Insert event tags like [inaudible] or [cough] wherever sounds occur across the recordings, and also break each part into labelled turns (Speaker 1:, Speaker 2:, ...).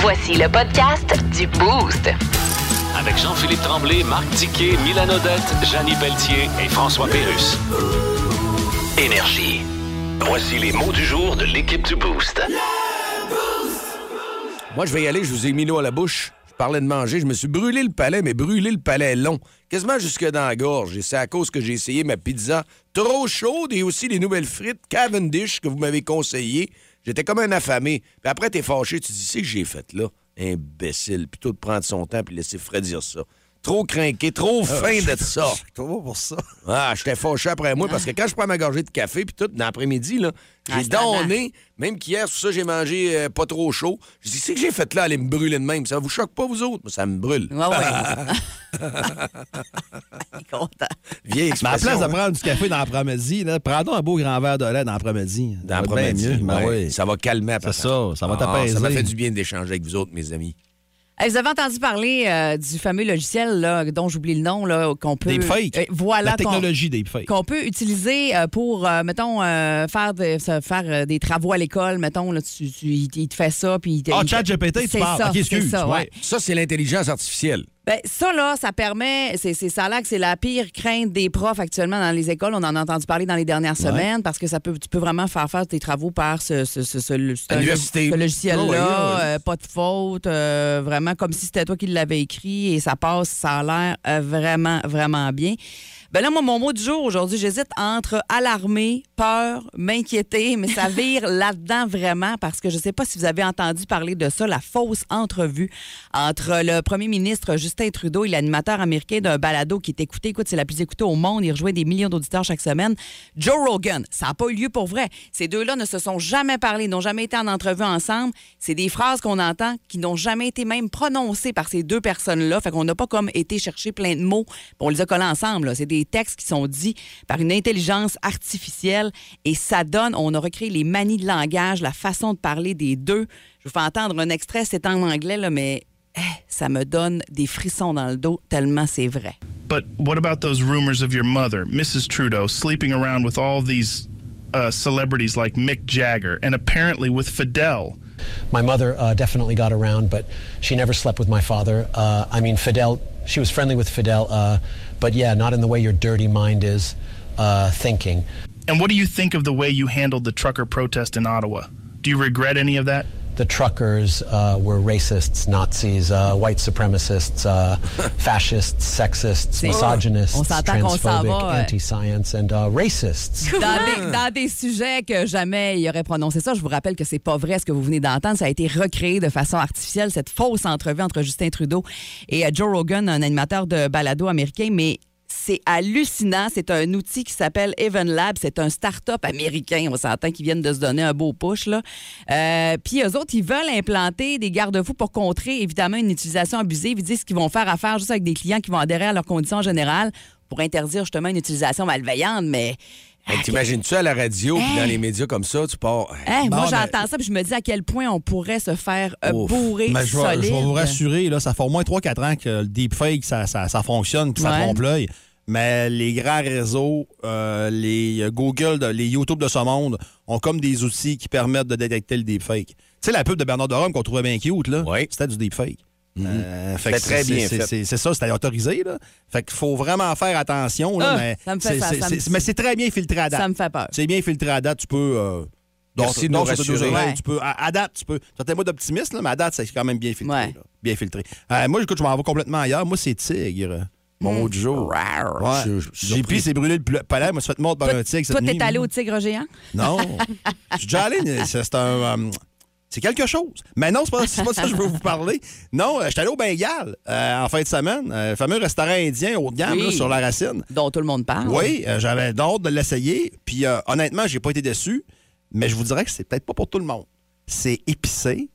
Speaker 1: Voici le podcast du Boost.
Speaker 2: Avec Jean-Philippe Tremblay, Marc Tiquet, Milan Odette, Janine Pelletier et François Pérus. Énergie. Voici les mots du jour de l'équipe du Boost.
Speaker 3: Moi, je vais y aller, je vous ai mis l'eau à la bouche. Je parlais de manger, je me suis brûlé le palais, mais brûlé le palais long, quasiment jusque dans la gorge. Et c'est à cause que j'ai essayé ma pizza trop chaude et aussi les nouvelles frites Cavendish que vous m'avez conseillées. J'étais comme un affamé. Puis après, t'es fâché, tu te dis, c'est que j'ai fait là. Imbécile. Plutôt de prendre son temps puis laisser Fred dire ça. Trop craqué, trop fin d'être ça.
Speaker 4: Trop pour ça.
Speaker 3: [laughs] Ah, j'étais fauché après moi parce que quand je prends ma gorgée de café puis tout dans l'après-midi là,
Speaker 5: Ah,
Speaker 3: j'ai donné même qu'hier sur ça j'ai mangé euh, pas trop chaud. Je dis c'est que j'ai fait là aller me brûler de même, ça vous choque pas vous autres Moi, ça me brûle.
Speaker 5: Ouais,
Speaker 3: [laughs]
Speaker 5: ouais. Il est content.
Speaker 3: Vieille
Speaker 4: Mais à la
Speaker 3: expression.
Speaker 4: place de
Speaker 3: hein.
Speaker 4: prendre du café dans l'après-midi, là, prendons un beau grand verre de lait dans l'après-midi. Ça
Speaker 3: Dans
Speaker 4: va être bien
Speaker 3: l'après-midi,
Speaker 4: mieux. Ben
Speaker 3: ouais.
Speaker 4: oui.
Speaker 3: ça va calmer après
Speaker 4: C'est ça, ça va
Speaker 3: Ah,
Speaker 4: t'apaiser.
Speaker 3: Ça m'a fait du bien d'échanger avec vous autres mes amis.
Speaker 5: Hey, vous avez entendu parler euh, du fameux logiciel là, dont j'oublie le nom là, qu'on peut.
Speaker 4: Deepfake.
Speaker 5: Euh, voilà
Speaker 4: La
Speaker 5: qu'on-
Speaker 4: technologie des fakes.
Speaker 5: Qu'on peut utiliser euh, pour, euh, mettons, euh, faire, de- se- faire euh, des travaux à l'école. Mettons, là, tu, tu- il il te fait ça. Puis il te-
Speaker 4: Ah,
Speaker 5: il te-
Speaker 4: ChatGPT, tu
Speaker 5: C'est
Speaker 4: parles.
Speaker 5: ça,
Speaker 4: Ok, excuse,
Speaker 5: c'est ça,
Speaker 4: ouais.
Speaker 5: ouais.
Speaker 3: Ça c'est l'intelligence artificielle.
Speaker 5: Ben, ça, là, ça permet. C'est, c'est ça, là, que c'est la pire crainte des profs actuellement dans les écoles. On en a entendu parler dans les dernières semaines parce que ça peut, tu peux vraiment faire faire tes travaux par ce, ce, ce, ce, ce-
Speaker 3: À l'université.
Speaker 5: ce logiciel-là.
Speaker 3: Ah ouais, ah ouais.
Speaker 5: euh, pas de faute. euh, vraiment, comme si c'était toi qui l'avais écrit et ça passe, ça a l'air euh, vraiment, vraiment bien. Ben là, moi, mon mot du jour aujourd'hui, j'hésite entre alarmer, peur, m'inquiéter, mais
Speaker 3: [laughs]
Speaker 5: ça vire là-dedans vraiment parce que je ne sais pas si vous avez entendu parler de ça, la fausse entrevue entre le premier ministre Justin Trudeau et l'animateur américain d'un balado qui est écouté. Écoute, c'est la plus écoutée au monde. Il rejoint des millions d'auditeurs chaque semaine. Joe Rogan, ça n'a pas eu lieu pour vrai. Ces deux-là ne se sont jamais parlé, n'ont jamais été en entrevue ensemble. C'est des phrases qu'on entend qui n'ont jamais été même prononcées par ces deux personnes-là. Fait qu'on n'a pas comme été chercher plein de mots. puis On les a collés ensemble. là. C'est des textes qui sont dits par une intelligence artificielle et ça donne, on a recréé les manies de langage, la façon de parler des deux. Je vous fais entendre un extrait, c'est en anglais, là, mais eh, ça me donne des frissons dans le dos tellement c'est vrai.
Speaker 6: But what about those rumors of your mother, Mrs. Trudeau, sleeping around with all these uh, celebrities like Mick Jagger and apparently with Fidel?
Speaker 7: My mother uh, definitely got around, but she never slept with my father. Uh, I mean, Fidel, she was friendly with Fidel, uh, but yeah, not in the way your dirty mind is uh, thinking.
Speaker 6: And what do you think of the way you handled the trucker protest in Ottawa? Do you regret any of that?
Speaker 7: The truckers uh, were racists, Nazis, uh, white supremacists, uh, fascists, sexists,
Speaker 5: C'est-
Speaker 7: misogynists,
Speaker 5: Oh, On s'entend qu'on s'en
Speaker 7: transphobic,
Speaker 5: va, euh,
Speaker 7: anti-science, and uh, racists.
Speaker 5: dans, des, dans des sujets que jamais il aurait prononcé ça. Je vous rappelle que c'est pas vrai ce que vous venez d'entendre. Ça a été recréé de façon artificielle, cette fausse entrevue entre Justin Trudeau et euh, Joe Rogan, un animateur de balado américain, mais c'est hallucinant. C'est un outil qui s'appelle Even Lab. C'est un start-up américain. On s'entend qu'ils viennent de se donner un beau push. Là. Euh, Puis eux autres, ils veulent implanter des garde-fous pour contrer, évidemment, une utilisation abusive. Ils disent qu'ils vont faire affaire juste avec des clients qui vont adhérer à leurs conditions générales pour interdire justement une utilisation malveillante. Mais
Speaker 3: Hey, T'imagines-tu à la radio puis dans les médias comme ça, tu pars.
Speaker 5: Hey,
Speaker 4: Bon,
Speaker 5: Hein, moi,
Speaker 4: ben-
Speaker 5: j'entends ça, puis je me dis à quel point on pourrait se faire euh,
Speaker 3: Ouf.
Speaker 5: bourrer
Speaker 4: Mais je, vais, je
Speaker 5: solide.
Speaker 4: vais vous rassurer, là, ça fait au moins 3-4 ans que le deepfake, ça, ça, ça fonctionne, puis ça
Speaker 5: Ouais.
Speaker 4: trompe l'œil. Mais les grands réseaux, euh, les Google, de- les YouTube de ce monde ont comme des outils qui permettent de détecter le deepfake. Tu sais, la pub de Bernard de Rome qu'on trouvait bien cute, là,
Speaker 3: Ouais. Mhm.
Speaker 4: c'était du deepfake. Euh, fait
Speaker 3: C'était
Speaker 4: que
Speaker 3: très
Speaker 4: c'est-
Speaker 3: bien
Speaker 4: c'est-
Speaker 3: fait.
Speaker 4: C'est c'est ça, c'était autorisé. Là. Fait qu'il faut vraiment faire attention. Là,
Speaker 5: Ah,
Speaker 4: mais
Speaker 5: ça me fait
Speaker 4: c'est-
Speaker 5: ça,
Speaker 4: c'est-
Speaker 5: ça me-
Speaker 4: c'est- mais c'est très bien filtré à date.
Speaker 5: Ça me fait peur.
Speaker 4: C'est bien filtré à date, tu peux. euh,
Speaker 3: Merci de nous
Speaker 4: sur tes deux
Speaker 3: rassurer.
Speaker 4: oreilles,
Speaker 5: Ouais.
Speaker 4: Tu peux, à, à date, tu peux. Tu moi d'optimiste, là, mais à date, c'est quand même bien filtré.
Speaker 5: Ouais.
Speaker 4: là. Bien filtré. Euh, moi, écoute, je m'en vais complètement ailleurs. Moi, c'est tigre. Mon mot du jour. Ouais.
Speaker 3: Je- je- je-
Speaker 4: J'ai pris, c'est brûlé le pl- palais. Je me suis fait mordre par un tigre.
Speaker 5: Toi,
Speaker 4: cette
Speaker 5: t'es
Speaker 4: nuit.
Speaker 5: allé au tigre géant? [laughs]
Speaker 4: Non. Je suis déjà allé. mais C'est c'est un. euh, c'est quelque chose. Mais non, c'est pas, c'est pas ça que je veux vous parler. Non, euh, je suis allé au Bengale euh, en fin de semaine. euh, fameux restaurant indien haut de gamme
Speaker 5: Oui.
Speaker 4: là, sur la racine.
Speaker 5: Dont tout le monde parle.
Speaker 4: Oui, euh, j'avais hâte de l'essayer. Puis euh, honnêtement, j'ai pas été déçu. Mais je vous dirais que c'est peut-être pas pour tout le monde. C'est épicé.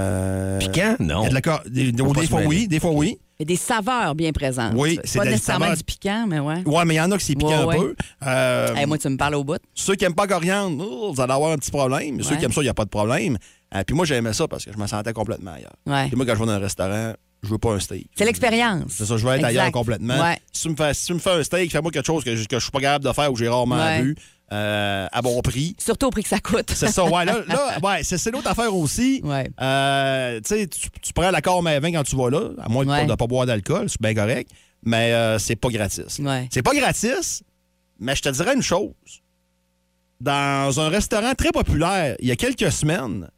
Speaker 4: Euh,
Speaker 3: Piquant?
Speaker 4: il
Speaker 3: Non.
Speaker 4: y a de la cor- des, des-
Speaker 3: Faut pas
Speaker 4: des
Speaker 3: se
Speaker 4: fois
Speaker 3: mêler.
Speaker 4: oui, des fois oui.
Speaker 5: Mais des saveurs bien présentes.
Speaker 4: Oui, c'est
Speaker 5: c'est pas
Speaker 4: des
Speaker 5: nécessairement
Speaker 4: saveurs-
Speaker 5: du piquant, mais ouais.
Speaker 4: Ouais, mais il y en a qui c'est piquant
Speaker 5: Ouais,
Speaker 4: un
Speaker 5: ouais.
Speaker 4: peu. Euh,
Speaker 5: Hey, moi, tu me parles au bout.
Speaker 4: Ceux qui n'aiment pas coriandre, oh, vous allez avoir un petit problème. Ceux
Speaker 5: Ouais.
Speaker 4: qui aiment ça, il n'y a pas de problème. Euh, puis moi, j'aimais ça parce que je me sentais complètement ailleurs.
Speaker 5: Ouais.
Speaker 4: Puis moi, quand je vais dans un restaurant, je veux pas un steak.
Speaker 5: C'est l'expérience.
Speaker 4: C'est ça, je veux être
Speaker 5: Exact.
Speaker 4: ailleurs complètement.
Speaker 5: Ouais.
Speaker 4: Si, tu me fais, si tu me fais un steak, fais-moi quelque chose que je ne suis pas capable de faire ou que j'ai rarement
Speaker 5: Ouais.
Speaker 4: vu euh, à bon prix.
Speaker 5: Surtout au prix que ça coûte.
Speaker 4: C'est ça, ouais. Là, là, ouais, c'est c'est l'autre affaire aussi.
Speaker 5: Ouais.
Speaker 4: Euh, tu sais, tu tu prends l'accord mais 20 quand tu vas là, à moins
Speaker 5: Ouais.
Speaker 4: de ne pas boire d'alcool, c'est bien correct, mais euh, c'est pas gratis.
Speaker 5: Ouais.
Speaker 4: C'est pas gratis, mais je te dirais une chose. Dans un restaurant très populaire, il y a quelques semaines,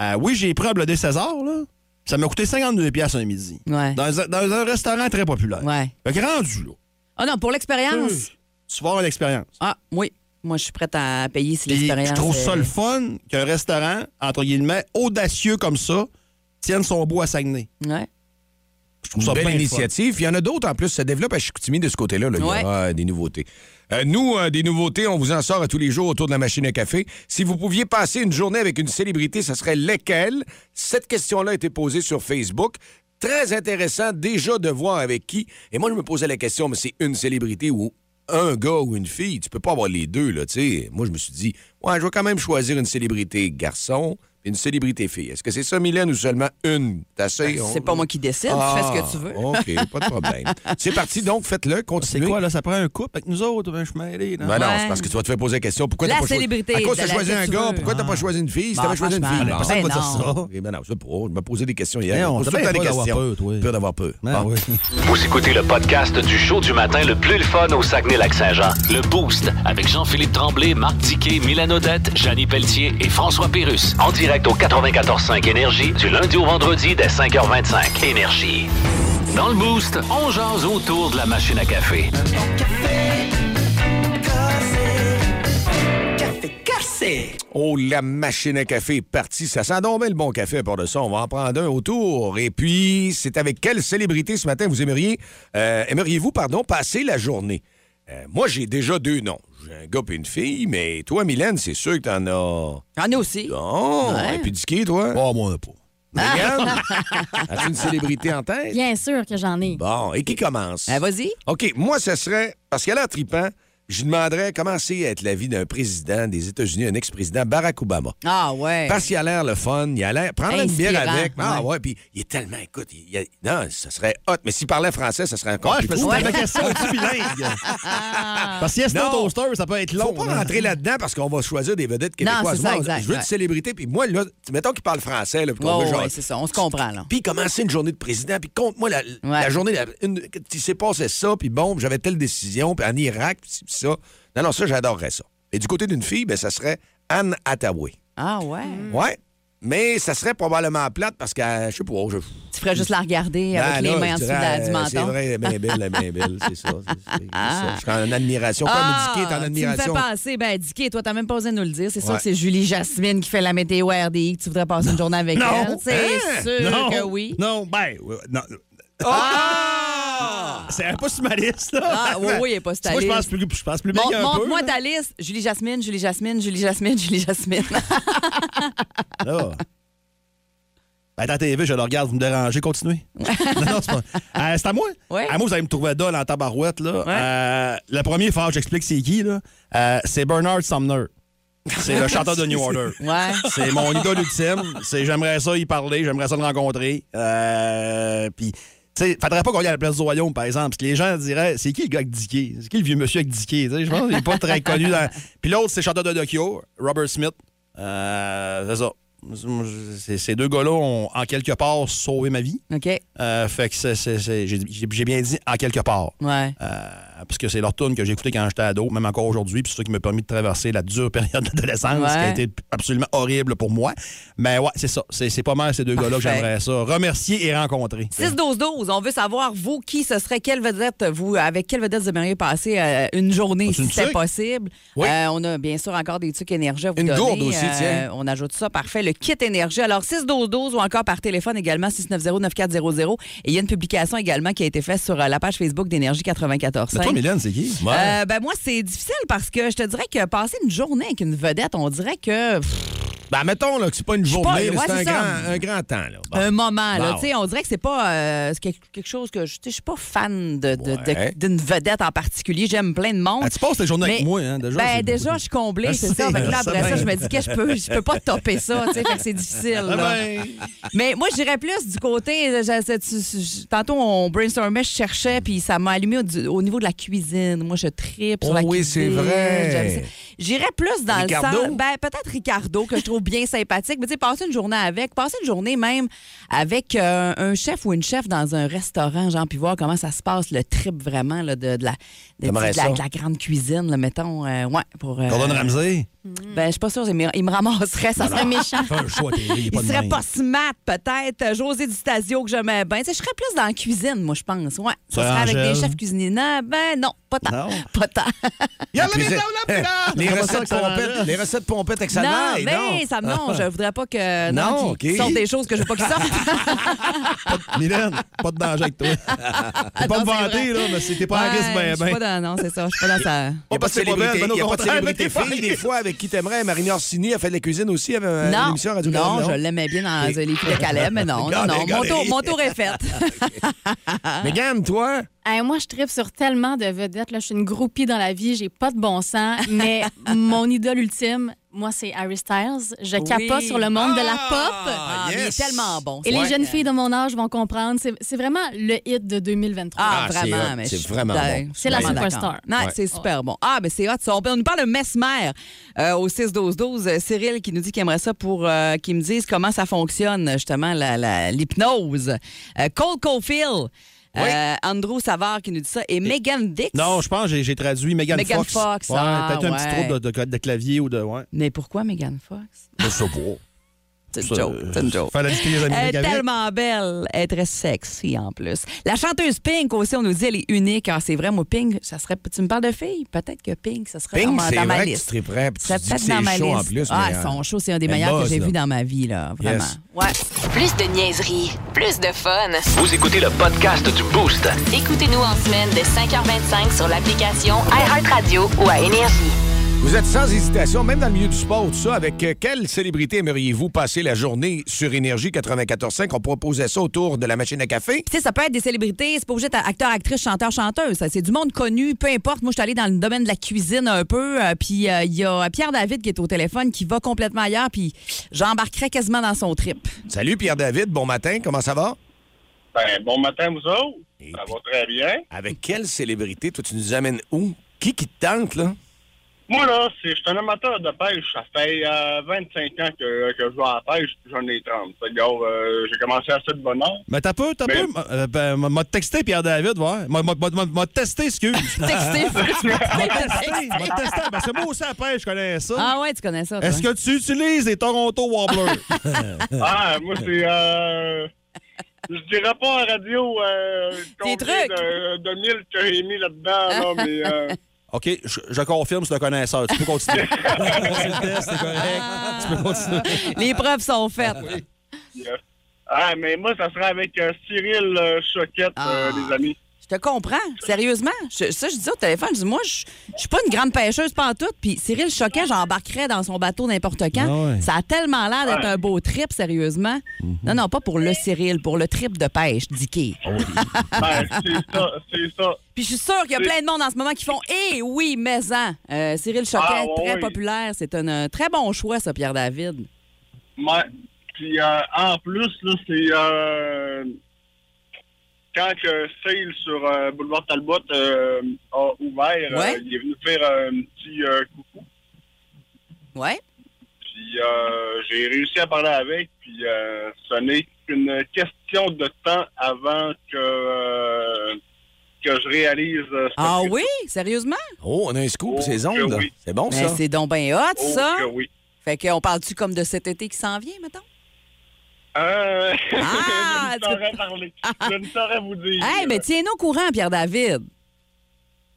Speaker 4: euh, oui, j'ai pris un bleu César, là. Ça m'a coûté 52 pièces un midi.
Speaker 5: Ouais.
Speaker 4: Dans, un- dans un restaurant très populaire.
Speaker 5: Ouais.
Speaker 4: Fait que rendu, là,
Speaker 5: Ah non, pour l'expérience.
Speaker 4: tu vas avoir une expérience.
Speaker 5: Ah, oui. Moi, je suis prête à payer si
Speaker 4: Puis
Speaker 5: l'expérience.
Speaker 4: je trouve ça
Speaker 5: euh,
Speaker 4: le fun qu'un restaurant, entre guillemets, audacieux comme ça, tienne son bout à Saguenay.
Speaker 5: Ouais.
Speaker 4: Je trouve ça
Speaker 3: Une
Speaker 4: bien
Speaker 3: belle
Speaker 4: le fun.
Speaker 3: initiative. Il y en a d'autres en plus. Ça développe à Chicoutimi de ce côté-là. là. Il
Speaker 5: Ouais.
Speaker 3: y aura des nouveautés. Euh, nous, euh, des nouveautés, on vous en sort à tous les jours autour de la machine à café. Si vous pouviez passer une journée avec une célébrité, ça serait laquelle? Cette question-là a été posée sur Facebook. Très intéressant déjà de voir avec qui. Et moi, je me posais la question, mais c'est une célébrité ou un gars ou une fille? Tu peux pas avoir les deux, là, tu sais. Moi, je me suis dit, ouais, je vais quand même choisir une célébrité garçon et une célébrité fille. Est-ce que c'est ça, Mylène, ou seulement une? T'as assez? Ben, On- Ah,
Speaker 5: C'est pas moi qui décide. Tu fais ce que tu veux.
Speaker 3: OK, pas de
Speaker 5: [laughs]
Speaker 3: problème. C'est parti, donc, faites-le,
Speaker 4: C'est
Speaker 3: continuez.
Speaker 4: quoi, là? Ça prend un couple avec nous autres? Ben, je suis mêlé, là.
Speaker 3: Ben non,
Speaker 5: Ouais.
Speaker 3: c'est parce que tu vas te faire poser la question. Pourquoi
Speaker 5: La
Speaker 3: t'as pas
Speaker 5: célébrité
Speaker 3: choisi... À cause
Speaker 5: de
Speaker 3: t'as
Speaker 5: la-
Speaker 3: choisi
Speaker 5: que
Speaker 3: un
Speaker 5: tu
Speaker 3: gars,
Speaker 5: veux. Ah.
Speaker 3: pourquoi t'as pas choisi une fille? Si
Speaker 5: Bon,
Speaker 3: t'avais choisi une
Speaker 5: franchement,
Speaker 3: fille...
Speaker 5: ben
Speaker 3: bon.
Speaker 5: non.
Speaker 3: Eh ben non, c'est pas. Je me posais des questions hier.
Speaker 4: Ben, on
Speaker 3: pose tout le
Speaker 4: devrait
Speaker 3: temps des
Speaker 4: pas d'avoir
Speaker 3: questions.
Speaker 4: peur, toi.
Speaker 3: Peur d'avoir peur.
Speaker 4: Ben
Speaker 3: Bon.
Speaker 4: oui.
Speaker 2: Vous écoutez le podcast du show du matin le plus le fun au Saguenay-Lac-Saint-Jean. Le Boost avec Jean-Philippe Tremblay, Marc Diquet, Milan Odette, Janine Pelletier et François Pérus. En direct au 94.5 Énergie du lundi au vendredi dès 5h25. Énergie. Dans le Boost, on jase autour de la machine à café.
Speaker 3: Oh, la machine à café est partie. Ça sent donc bien le bon café à part de ça. On va en prendre un autour. Et puis, c'est avec quelle célébrité ce matin vous aimeriez, euh, aimeriez-vous, pardon, passer la journée? Euh, moi, j'ai déjà deux noms. J'ai un gars et une fille, mais toi, Mylène, c'est sûr que t'en as.
Speaker 5: J'en ai Ah, aussi.
Speaker 3: Non!
Speaker 5: Ouais.
Speaker 3: Et puis, dis qui, toi?
Speaker 4: Oh, moi, on a pas.
Speaker 3: Regarde. As-tu une célébrité en tête?
Speaker 8: [laughs] Bien sûr que j'en ai.
Speaker 3: Bon, et qui commence?
Speaker 5: Ben, vas-y.
Speaker 3: OK, moi, ce serait, parce qu'elle a l'air tripant, je lui demanderais comment c'est être la vie d'un président des États-Unis, un ex-président, Barack Obama.
Speaker 5: Ah, ouais.
Speaker 3: Parce qu'il a l'air le fun, il a l'air. Prendre une bière
Speaker 5: Inspirant,
Speaker 3: avec. Ah,
Speaker 5: ouais.
Speaker 3: ouais, puis il est tellement. Écoute, il, il- non, ça serait hot, mais s'il parlait français, ça serait encore
Speaker 4: Ouais, je
Speaker 3: plus
Speaker 4: pensais
Speaker 3: cool.
Speaker 4: que c'était ma question. Es-tu
Speaker 5: [laughs]
Speaker 4: bilingue? Parce que si c'est un
Speaker 3: Non.
Speaker 4: toaster, ça peut être long.
Speaker 3: Faut pas rentrer là-dedans parce qu'on va choisir des vedettes
Speaker 5: Non,
Speaker 3: québécoises.
Speaker 5: c'est ça,
Speaker 3: Moi,
Speaker 5: exact,
Speaker 3: je veux
Speaker 5: ouais.
Speaker 3: une célébrité, puis moi, là, mettons qu'il parle français, là, puis qu'on
Speaker 5: Ouais,
Speaker 3: veut
Speaker 5: ouais,
Speaker 3: genre-
Speaker 5: c'est ça. On se comprend, là.
Speaker 3: Puis commencer une journée de président, puis compte-moi la, la journée, la, une, il s'est passé ça, puis bon, j'avais telle décision, puis en Irak, puis ci, puis ça. Non, non, ça, j'adorerais ça. Et du côté d'une fille, ben, ça serait Anne Hathaway.
Speaker 5: Ah, ouais.
Speaker 3: Ouais. Mais ça serait probablement plate parce que, euh, je sais pas, je...
Speaker 5: Tu ferais juste la regarder
Speaker 3: Ben,
Speaker 5: avec
Speaker 3: là,
Speaker 5: les mains
Speaker 3: je
Speaker 5: en dessous de
Speaker 3: dirais,
Speaker 5: la-
Speaker 3: euh,
Speaker 5: du
Speaker 3: C'est
Speaker 5: menton.
Speaker 3: vrai, elle est bien belle, elle est bien belle, c'est ça. c'est- c'est- c'est ça. Je suis en admiration. Comme
Speaker 5: Ah,
Speaker 3: indiqué, t'es en
Speaker 5: Tu
Speaker 3: admiration.
Speaker 5: me fais passer. Ben, Dicky, toi, t'as même pas osé nous le dire. C'est sûr
Speaker 3: Ouais.
Speaker 5: que c'est Julie Jasmine qui fait la météo à RDI, que tu voudrais passer une journée avec elle. C'est
Speaker 4: Hein?
Speaker 5: sûr
Speaker 4: Non.
Speaker 5: que oui.
Speaker 4: Non, ben, euh, non. Ah! C'est pas sur ma liste, là.
Speaker 5: Ah, oui, oui, il est pas sur ta
Speaker 4: Moi, je
Speaker 5: liste.
Speaker 4: pense plus, je pense plus
Speaker 5: Mon-
Speaker 4: big un peu.
Speaker 5: Montre-moi ta liste. Julie Jasmine, Julie Jasmine, Julie Jasmine, [laughs] Julie Jasmine.
Speaker 4: Là. Ben, t'as TV, je le regarde, vous me dérangez, continuez. [laughs] non, non, c'est pas. Euh, c'est à moi?
Speaker 5: Ouais.
Speaker 4: À moi, vous allez me trouver dole en tabarouette, là. Euh, le premier phare, j'explique c'est qui, là. Euh, c'est Bernard Sumner.
Speaker 9: [laughs]
Speaker 4: C'est le chanteur de New Order.
Speaker 5: [laughs] Ouais.
Speaker 4: C'est mon idole ultime. C'est j'aimerais ça y parler, j'aimerais ça le rencontrer. Euh, puis, tu sais, faudrait pas qu'on aille à la place du royaume, par exemple, parce que les gens diraient c'est qui le gars avec Dickey C'est qui le vieux monsieur avec Dickey Tu sais, Je pense qu'il est pas très connu. Dans... Puis l'autre, c'est Chanteur de Tokyo, Robert Smith. Euh, c'est ça. C'est- Ces deux gars-là ont, en quelque part, sauvé ma vie.
Speaker 5: OK.
Speaker 4: Euh, fait que c'est- c'est- c'est- j'ai j'ai- j'ai bien dit en quelque part.
Speaker 5: Ouais.
Speaker 4: Euh, parce que c'est leur tune que j'ai écouté quand j'étais ado, même encore aujourd'hui, puis c'est ça qui m'a permis de traverser la dure [laughs] période d'adolescence, qui a
Speaker 5: Ouais.
Speaker 4: été absolument horrible pour moi. Mais ouais, c'est ça. C'est c'est pas mal ces deux gars-là que
Speaker 5: Parfait.
Speaker 4: j'aimerais ça remercier et rencontrer.
Speaker 5: 6-12-12, on veut savoir, vous, qui ce serait, quelle vedette, vous, avec quelle vedette vous aimeriez passer euh, une journée,
Speaker 4: As-tu
Speaker 5: si
Speaker 4: une
Speaker 5: c'était
Speaker 4: tuque?
Speaker 5: possible.
Speaker 3: Oui.
Speaker 5: Euh, on a bien sûr encore des trucs énergie à vous
Speaker 3: Une
Speaker 5: donner. euh,
Speaker 3: gourde aussi, tiens.
Speaker 5: On ajoute ça, parfait, le kit énergie. Alors, 6-12-12 ou encore par téléphone également, 690-9400. Et il y a une publication également qui a été faite sur euh, la page Facebook d'Énergie 94.
Speaker 4: Mais toi, Mylène, c'est qui?
Speaker 5: Euh, ben moi, c'est difficile parce que je te dirais que passer une journée avec une vedette, on dirait que pff,
Speaker 3: Ben, mettons là, que c'est pas une journée,
Speaker 5: pas-
Speaker 3: là,
Speaker 5: ouais,
Speaker 3: c'est un
Speaker 5: c'est ça.
Speaker 3: grand, un grand temps. Là. Bon.
Speaker 5: Un moment, là.
Speaker 3: Bon.
Speaker 5: Tu sais, on dirait que c'est pas euh, c'est quelque quelque chose que. Je tu sais, je suis pas fan de- de-
Speaker 3: Ouais.
Speaker 5: de- d'une vedette en particulier. J'aime plein de monde.
Speaker 4: Ah, tu passes tes journées avec
Speaker 5: Mais-
Speaker 4: moi, hein, déjà.
Speaker 5: Ben,
Speaker 4: c'est
Speaker 5: déjà,
Speaker 4: beaucoup.
Speaker 5: je suis comblée,
Speaker 3: Ah,
Speaker 4: Je
Speaker 5: c'est ça.
Speaker 4: sais,
Speaker 5: Fait que là,
Speaker 4: je sais
Speaker 5: après ça,
Speaker 3: ben.
Speaker 4: bien.
Speaker 5: je me dis que je peux, je peux pas topper ça, tu sais, fait que c'est difficile.
Speaker 4: Ah
Speaker 5: là.
Speaker 4: ben,
Speaker 5: Mais moi, j'irais plus du côté. euh, je- je- tu- tu- tantôt, on brainstormait, je cherchais, puis ça m'a allumé au, du- au niveau de la cuisine. Moi, je tripe sur
Speaker 3: Oh
Speaker 5: la
Speaker 3: oui, c'est
Speaker 5: cuisine.
Speaker 3: vrai.
Speaker 5: J'aime ça. J'irais plus dans
Speaker 3: Ricardo?
Speaker 5: le sens. Ben, peut-être Ricardo, que je trouve bien sympathique. Mais tu sais, passer une journée avec, passer une journée même avec euh, un chef ou une chef dans un restaurant, genre, puis voir comment ça se passe, le trip vraiment là, de, de la, de, de
Speaker 3: T'aimerais
Speaker 5: la-
Speaker 3: ça?
Speaker 5: de la grande cuisine, là, mettons. euh, ouais, pour. euh,
Speaker 4: Gordon Ramsay.
Speaker 5: ben, je suis pas sûre, il me, il me ramasserait, ça serait méchant.
Speaker 4: Fais un choix, t'es- il est pas
Speaker 5: Il
Speaker 4: de
Speaker 5: serait
Speaker 4: même.
Speaker 5: pas smart, peut-être. Euh, José Di Stasio, que j'aimais bien. Tu sais, je serais plus dans la cuisine, moi, je pense. Ouais. Ça
Speaker 4: Serais
Speaker 5: serait avec
Speaker 4: Angèle?
Speaker 5: des chefs cuisiniers. Non, ben non, pas tant.
Speaker 4: Non.
Speaker 5: [laughs] Pas tant.
Speaker 4: Y'a
Speaker 3: La cuisine- Ah, [laughs] les, recettes pompettes, les recettes pompettes avec sa
Speaker 5: non,
Speaker 3: mère,
Speaker 5: mais ça me non, je voudrais
Speaker 4: [laughs]
Speaker 5: pas que.
Speaker 3: Non,
Speaker 5: qu'ils
Speaker 3: OK.
Speaker 5: sortent des choses que je veux pas qu'ils sortent.
Speaker 4: Mylène, pas de danger
Speaker 5: [laughs]
Speaker 4: avec toi. T'es pas me
Speaker 5: c'est
Speaker 4: vanter, là, mais c'était pas un
Speaker 5: Ouais,
Speaker 4: risque, ben,
Speaker 5: je suis
Speaker 4: ben.
Speaker 5: pas dans. Non, c'est ça. Je suis pas dans
Speaker 3: [laughs]
Speaker 5: sa.
Speaker 3: Il n'y
Speaker 4: pas
Speaker 3: a pas
Speaker 4: de
Speaker 3: de
Speaker 4: célébrité-
Speaker 3: célébrité,
Speaker 4: y a pas de célébrité
Speaker 3: fille, [laughs] des fois, avec qui t'aimerais. Marine Orsini a fait de la cuisine aussi, avec euh,
Speaker 5: Non,
Speaker 3: l'émission à radio
Speaker 5: non, je l'aimais bien dans les filets de Calais, mais non, non,
Speaker 3: Regardez,
Speaker 5: non. Mon
Speaker 3: regardez.
Speaker 5: tour, mon tour est fait.
Speaker 3: Mais gamme, toi,
Speaker 8: Hey, moi, je tripe sur tellement de vedettes. Là. Je suis une groupie dans la vie, j'ai pas de bon sens,
Speaker 5: [laughs]
Speaker 8: mais mon idole ultime, moi, c'est Harry Styles. Je
Speaker 5: Oui.
Speaker 8: capote sur le monde de la pop.
Speaker 3: Ah,
Speaker 5: Ah, mais il est
Speaker 3: yes.
Speaker 5: tellement bon.
Speaker 8: Et
Speaker 5: ça.
Speaker 8: les jeunes filles de mon âge vont comprendre. C'est- C'est vraiment le hit de 2023.
Speaker 5: Ah,
Speaker 3: Ah, c'est hot.
Speaker 5: vraiment, mais
Speaker 3: C'est
Speaker 5: je suis
Speaker 3: vraiment
Speaker 5: dingue.
Speaker 3: bon.
Speaker 5: Je suis
Speaker 8: C'est la
Speaker 5: vraiment
Speaker 8: superstar.
Speaker 5: d'accord. Non,
Speaker 3: Ouais.
Speaker 5: c'est super bon. Ah, mais c'est hot. ça. On, on nous parle de Mesmer euh, au 6-12-12. Euh, Cyril qui nous dit qu'il aimerait ça pour euh, qu'il me dise comment ça fonctionne, justement, la- la- l'hypnose. Euh, Cole Caulfield, euh, Andrew Savard qui nous dit ça, et, Megan Dix.
Speaker 4: Non, je pense que j'ai- j'ai traduit Megan Fox.
Speaker 5: Megan Fox,
Speaker 4: ouais,
Speaker 5: ah,
Speaker 4: peut-être un
Speaker 5: ouais.
Speaker 4: petit trou de, de- de clavier ou de.
Speaker 5: [laughs]
Speaker 4: Ouais.
Speaker 5: Mais pourquoi Megan Fox?
Speaker 4: Je sais pas. Euh,
Speaker 5: C'est une joke, c'est une joke.
Speaker 4: Fallait visiter les amis
Speaker 5: Elle est
Speaker 4: Megan.
Speaker 5: tellement belle. Elle est très sexy en plus. La chanteuse Pink aussi, on nous dit, elle est unique. Ah, c'est vrai, moi, Pink, ça serait. Tu me parles de filles? Peut-être que Pink, ça serait dans
Speaker 3: Ping,
Speaker 5: ma,
Speaker 3: c'est
Speaker 5: dans ma
Speaker 3: vrai que tu
Speaker 5: liste.
Speaker 3: triperais. puis Tu
Speaker 5: Ça
Speaker 3: dis que
Speaker 5: peut-être dans ma
Speaker 3: c'est chaud en
Speaker 5: liste.
Speaker 3: plus.
Speaker 5: ah,
Speaker 3: mais, euh,
Speaker 5: son show, c'est un des
Speaker 3: elle
Speaker 5: meilleurs que
Speaker 3: bosse,
Speaker 5: j'ai
Speaker 3: là.
Speaker 5: vu dans ma vie, là. Vraiment.
Speaker 3: Yes.
Speaker 5: Ouais.
Speaker 1: Plus de niaiserie, plus de fun.
Speaker 2: Vous écoutez le podcast du Boost.
Speaker 1: Écoutez-nous en semaine de 5h25 sur l'application iHeartRadio ou à Énergie.
Speaker 3: Vous êtes sans hésitation, même dans le milieu du sport, tout ça, avec euh, quelle célébrité aimeriez-vous passer la journée sur Énergie 94.5? On proposait ça autour de la machine à café.
Speaker 5: Tu sais, ça peut être des célébrités, c'est pas obligé d'être acteur, actrice, chanteur, chanteuse. Ça, C'est du monde connu, peu importe. Moi, je suis allée dans le domaine de la cuisine un peu, euh, puis euh, il y a Pierre David qui est au téléphone, qui va complètement ailleurs, puis j'embarquerai quasiment dans son trip.
Speaker 3: Salut Pierre-David, bon matin, comment ça va?
Speaker 10: Ben, bon matin, vous autres.
Speaker 3: Et
Speaker 10: ça
Speaker 3: puis-
Speaker 10: va très bien.
Speaker 3: Avec quelle célébrité, toi, tu nous amènes où? Qui qui te tente, là?
Speaker 10: Moi, là, c'est, je suis un amateur de pêche. Ça fait euh, 25 ans que, que je vais à la pêche, puis j'en ai 30. Fait que, gars, euh, j'ai commencé à ça de bonne
Speaker 4: [laughs]
Speaker 10: heure.
Speaker 4: Mais t'as peu, t'as
Speaker 10: Mais-
Speaker 4: peu. euh, ben, M'a m'a texté Pierre-David, ouais. M'a- M'a m'a- m'a testé, excuse.
Speaker 5: [laughs]
Speaker 4: [laughs]
Speaker 5: Texté.
Speaker 4: M'a testé, m'a testé. Parce que moi aussi, à la pêche, je connais ça.
Speaker 5: ah ouais, tu connais ça. toi.
Speaker 4: Est-ce que tu utilises les Toronto Wobblers?
Speaker 10: Ah, moi, c'est... Euh, je dirais pas à radio euh, combien
Speaker 5: trucs.
Speaker 10: de, de mille que j'ai
Speaker 5: [laughs]
Speaker 10: mis là-dedans, là, mais... euh,
Speaker 4: [laughs] OK, je, je confirme, c'est un connaisseur. Tu peux [laughs] continuer. c'est le test, c'est correct. Tu peux continuer.
Speaker 5: Ah, Les preuves sont faites.
Speaker 10: ah, mais moi, ça serait avec euh, Cyril euh, Choquette,
Speaker 5: Ah.
Speaker 10: euh, les amis.
Speaker 5: Je te comprends, sérieusement. Je- ça, je dis au téléphone, je dis, moi, je je suis pas une grande pêcheuse pantoute, puis Cyril Choquet, j'embarquerais dans son bateau n'importe quand.
Speaker 4: Ah ouais.
Speaker 5: Ça a tellement l'air d'être un beau trip, sérieusement. Non, non, pas pour le Cyril, pour le trip de pêche, Dicky.
Speaker 10: [laughs]
Speaker 5: [laughs]
Speaker 10: Ben, c'est ça, c'est ça.
Speaker 5: Puis je suis sûre qu'il y a plein de monde en ce moment qui font Eh oui, maison! Euh, Cyril Choquet,
Speaker 10: Ah, ouais,
Speaker 5: très
Speaker 10: oui.
Speaker 5: populaire. C'est un, euh, très bon choix, ça, Pierre-David.
Speaker 10: Ouais. Puis euh, en plus, là, c'est euh, quand que Sale sur euh, Boulevard Talbot euh, a ouvert,
Speaker 5: Ouais.
Speaker 10: euh, il est venu faire un petit euh, coucou.
Speaker 5: Ouais.
Speaker 10: Puis euh, j'ai réussi à parler avec. Puis euh, ce n'est qu'une question de temps avant que, euh, que je réalise. euh, ce
Speaker 5: Ah
Speaker 10: truc.
Speaker 5: oui? Sérieusement?
Speaker 3: Oh, on a un scoop,
Speaker 10: Oh,
Speaker 3: ces
Speaker 10: que
Speaker 3: ondes.
Speaker 10: oui.
Speaker 3: C'est bon,
Speaker 5: Ben,
Speaker 3: ça?
Speaker 5: c'est donc bien hot,
Speaker 10: Oh,
Speaker 5: ça.
Speaker 10: que oui.
Speaker 5: Fait qu'on parle-tu comme de cet été qui s'en vient, mettons?
Speaker 10: Euh, [laughs]
Speaker 5: Ah,
Speaker 10: je ne saurais parler.
Speaker 5: [laughs]
Speaker 10: Je ne saurais vous dire.
Speaker 5: Hey, mais tiens-nous au courant, Pierre-David.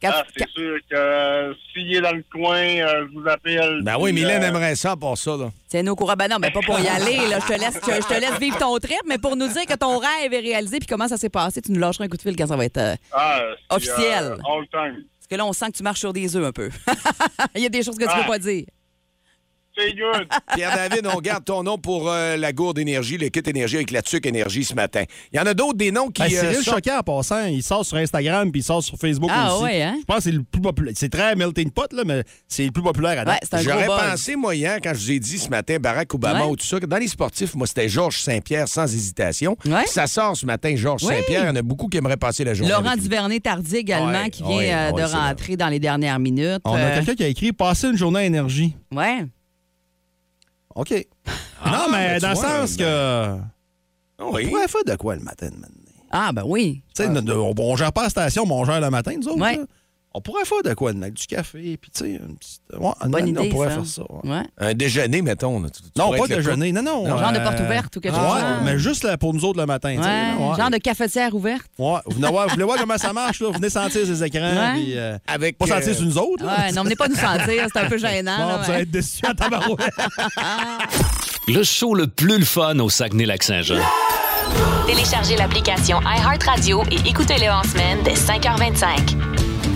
Speaker 5: Quand-
Speaker 10: Ah, c'est
Speaker 5: quand-
Speaker 10: sûr que euh, s'il est dans le coin, euh, je vous appelle.
Speaker 3: Ben oui,
Speaker 10: puis,
Speaker 3: Mylène
Speaker 10: euh,
Speaker 3: aimerait ça pour ça, là.
Speaker 5: Tiens-nous au courant. Ben non, mais pas pour y aller. Là. Je, te laisse, je, je te laisse vivre ton trip, mais pour nous dire que ton rêve est réalisé puis comment ça s'est passé, tu nous lâcheras un coup de fil quand ça va être... euh, [laughs]
Speaker 10: ah, c'est,
Speaker 5: Officiel.
Speaker 10: euh, all time.
Speaker 5: [laughs] Parce que là, on sent que tu marches sur des œufs un peu. Il y a des choses que tu
Speaker 10: Ouais.
Speaker 5: peux pas dire.
Speaker 10: Ah. C'est good.
Speaker 3: Pierre-David, on garde ton nom pour euh, la gourde énergie, le kit énergie avec la tuque énergie ce matin. Il y en a d'autres des noms qui.
Speaker 4: Ben,
Speaker 3: euh,
Speaker 4: Cyril
Speaker 3: sortent.
Speaker 4: Choquet, en passant, il sort sur Instagram puis il sort sur Facebook
Speaker 5: Ah,
Speaker 4: aussi.
Speaker 5: ouais, hein?
Speaker 4: Je pense que c'est le plus populaire. C'est très melting pot, là, mais c'est le plus populaire à date.
Speaker 5: Ouais, c'est un
Speaker 3: J'aurais
Speaker 5: gros buzz.
Speaker 3: pensé, moi, hier, quand je vous ai dit ce matin, Barack Obama
Speaker 5: Ouais.
Speaker 3: ou tout ça, que dans les sportifs, moi, c'était Georges Saint-Pierre sans hésitation.
Speaker 5: Ouais.
Speaker 3: Ça sort ce matin, Georges
Speaker 5: Oui.
Speaker 3: Saint-Pierre. Il y en a beaucoup qui aimeraient passer la journée.
Speaker 5: Laurent
Speaker 3: avec lui.
Speaker 5: Duvernay-Tardy également,
Speaker 3: Ouais,
Speaker 5: qui vient
Speaker 3: ouais,
Speaker 5: euh, de
Speaker 3: ouais, c'est
Speaker 5: rentrer dans les dernières minutes.
Speaker 4: On a
Speaker 5: Euh,
Speaker 4: quelqu'un qui a écrit Passer une journée à énergie.
Speaker 5: Ouais. Ah,
Speaker 4: OK. non, mais
Speaker 3: ben, tu
Speaker 4: dans le
Speaker 3: vois,
Speaker 4: sens que.
Speaker 3: Oui.
Speaker 4: On pourrait faire de quoi le matin de maintenant?
Speaker 5: Ah, ben oui.
Speaker 4: Tu sais, ne- ne- on, on gère pas la station, mais on gère le matin, nous autres.
Speaker 5: Ouais.
Speaker 4: là. On pourrait faire de quoi de mettre Du café, puis tu sais, une petite. ouais, une
Speaker 5: Bonne
Speaker 4: matinée,
Speaker 5: idée,
Speaker 4: On pourrait
Speaker 5: ça.
Speaker 4: faire ça. ouais.
Speaker 5: Ouais.
Speaker 3: Un déjeuner, mettons. là. Tu- tu
Speaker 4: Non,
Speaker 3: pourrais
Speaker 4: pas
Speaker 3: être le
Speaker 4: déjeuner. Non, non. euh,
Speaker 5: Genre de porte ouverte ou quelque chose. hein.
Speaker 4: Ouais, mais juste là, pour nous autres le matin. tu sais,
Speaker 5: Ouais,
Speaker 4: là, ouais.
Speaker 5: Genre de cafetière ouverte.
Speaker 4: Ouais, vous, venez voir, vous voulez voir comment ça marche, là? Vous venez sentir ces écrans.
Speaker 5: Ouais.
Speaker 4: puis, euh,
Speaker 3: Avec,
Speaker 4: pas
Speaker 3: euh,
Speaker 4: sentir sur nous autres. là.
Speaker 5: Ouais, non, venez pas nous sentir, c'est un peu gênant.
Speaker 4: Bon,
Speaker 5: là,
Speaker 4: vous
Speaker 5: ouais.
Speaker 4: allez être déçus à tabarouette.
Speaker 2: Le show le plus le fun au Saguenay-Lac-Saint-Jean.
Speaker 1: [laughs] Téléchargez l'application iHeartRadio et écoutez-le en semaine dès 5h25.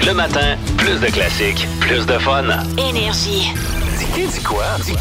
Speaker 2: Le matin, plus de classiques, plus de fun.
Speaker 1: Énergie.
Speaker 2: Dis dis quoi? Dis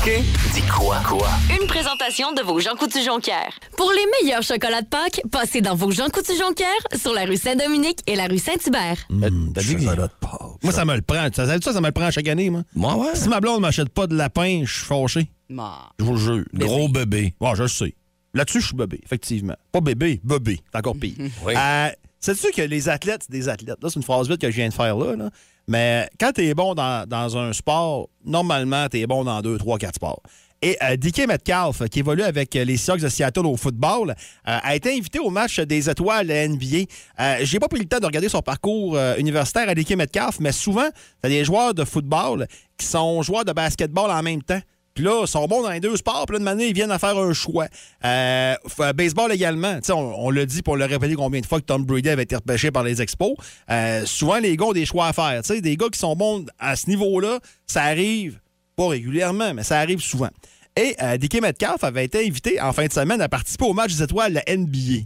Speaker 2: dis quoi? Quoi?
Speaker 11: Une présentation de vos Jean Coutu Jonquière. Pour les meilleurs chocolats de Pâques, passez dans vos Jean Coutu Jonquière sur la rue Saint-Dominique et la rue Saint-Hubert.
Speaker 3: Mm,
Speaker 4: T'as dit que- Moi, ça me le prend. Ça, ça, ça me le prend chaque année, moi.
Speaker 3: Moi, ouais.
Speaker 4: Si ma blonde m'achète pas de lapin, je suis fâché.
Speaker 5: Bon.
Speaker 4: Je vous le jure.
Speaker 5: Ben
Speaker 3: Gros bébé.
Speaker 4: Ouais, je le sais. Là-dessus, je suis bébé, effectivement. Pas bébé, bébé. C'est encore pire.
Speaker 3: Oui.
Speaker 4: Euh, Sais-tu que les athlètes, c'est des athlètes? Là, c'est une phrase vite que je viens de faire là. là. Mais quand tu es bon dans, dans un sport, normalement, tu es bon dans deux, trois, quatre sports. Et euh, Dickie Metcalf, qui évolue avec euh, les Seahawks de Seattle au football, euh, a été invité au match des étoiles à NBA. Euh, J'ai pas pris le temps de regarder son parcours euh, universitaire à Dickie Metcalf, mais souvent, t'as des joueurs de football qui sont joueurs de basketball en même temps. Puis là, ils sont bons dans les deux sports. Puis là, de manière, ils viennent à faire un choix. Euh, f- baseball également. Tu sais, on, on le dit, puis on l'a répété combien de fois que Tom Brady avait été repêché par les expos. Euh, souvent, les gars ont des choix à faire. Tu sais, des gars qui sont bons à ce niveau-là, ça arrive, pas régulièrement, mais ça arrive souvent. Et euh, Dickie Metcalf avait été invité en fin de semaine à participer au match des étoiles de la NBA.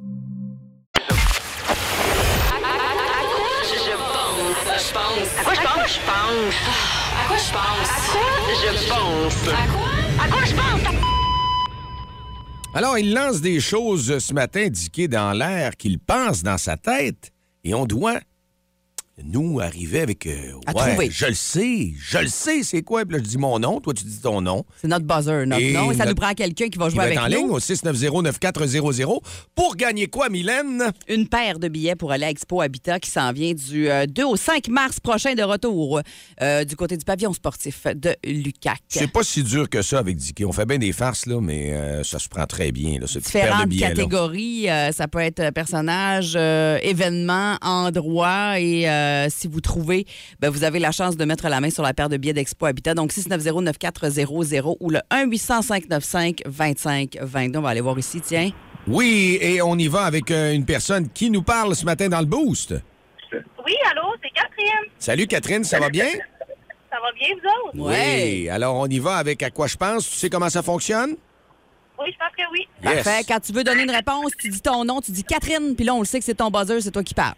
Speaker 12: Je pense. Je pense. À quoi je pense? Je pense. À quoi je pense? À quoi? Je pense. À quoi? À quoi je pense?
Speaker 3: Alors, il lance des choses euh, ce matin indiquées dans l'air qu'il pense dans sa tête et on doit, nous, arriver avec. euh,
Speaker 5: À
Speaker 3: ouais,
Speaker 5: trouver.
Speaker 3: Je le sais, je le sais, c'est quoi? Puis là, je dis mon nom, toi, tu dis ton nom.
Speaker 5: C'est notre buzzer, notre
Speaker 3: Et
Speaker 5: nom. Et ça nous
Speaker 3: notre-
Speaker 5: prend quelqu'un qui va
Speaker 3: Il
Speaker 5: jouer
Speaker 3: va
Speaker 5: avec
Speaker 3: être en
Speaker 5: nous.
Speaker 3: ligne au 690-9400 pour gagner quoi, Mylène?
Speaker 5: Une paire de billets pour aller à Expo Habitat qui s'en vient du euh, 2 au 5 mars prochain de retour euh, du côté du pavillon sportif de Lucac.
Speaker 3: C'est pas si dur que ça avec Dicky. On fait bien des farces, là, mais euh, ça se prend très bien, là, ce petit paire de
Speaker 5: Différentes
Speaker 3: billets. là.
Speaker 5: catégories, euh, ça peut être euh, personnage, euh, événement, endroit et euh, si vous trouvez, ben, vous avez la chance de mettre la main sur la paire de billets d'Expo Habitat. Donc 690-9400 ou le 1-800-595-2522. On va aller voir ici, tiens.
Speaker 3: Oui, et on y va avec euh, une personne qui nous parle ce matin dans le Boost.
Speaker 9: Oui, allô, c'est Catherine.
Speaker 3: Salut Catherine, ça va
Speaker 5: [laughs]
Speaker 3: bien?
Speaker 9: Ça va bien, vous autres?
Speaker 3: Oui. Alors, on y va avec à quoi je pense. Tu sais comment ça fonctionne?
Speaker 9: Oui, je pense que oui.
Speaker 3: Yes.
Speaker 5: Parfait. Quand tu veux donner une réponse, tu dis ton nom, tu dis Catherine, puis là, on le sait que c'est ton buzzer, c'est toi qui parles.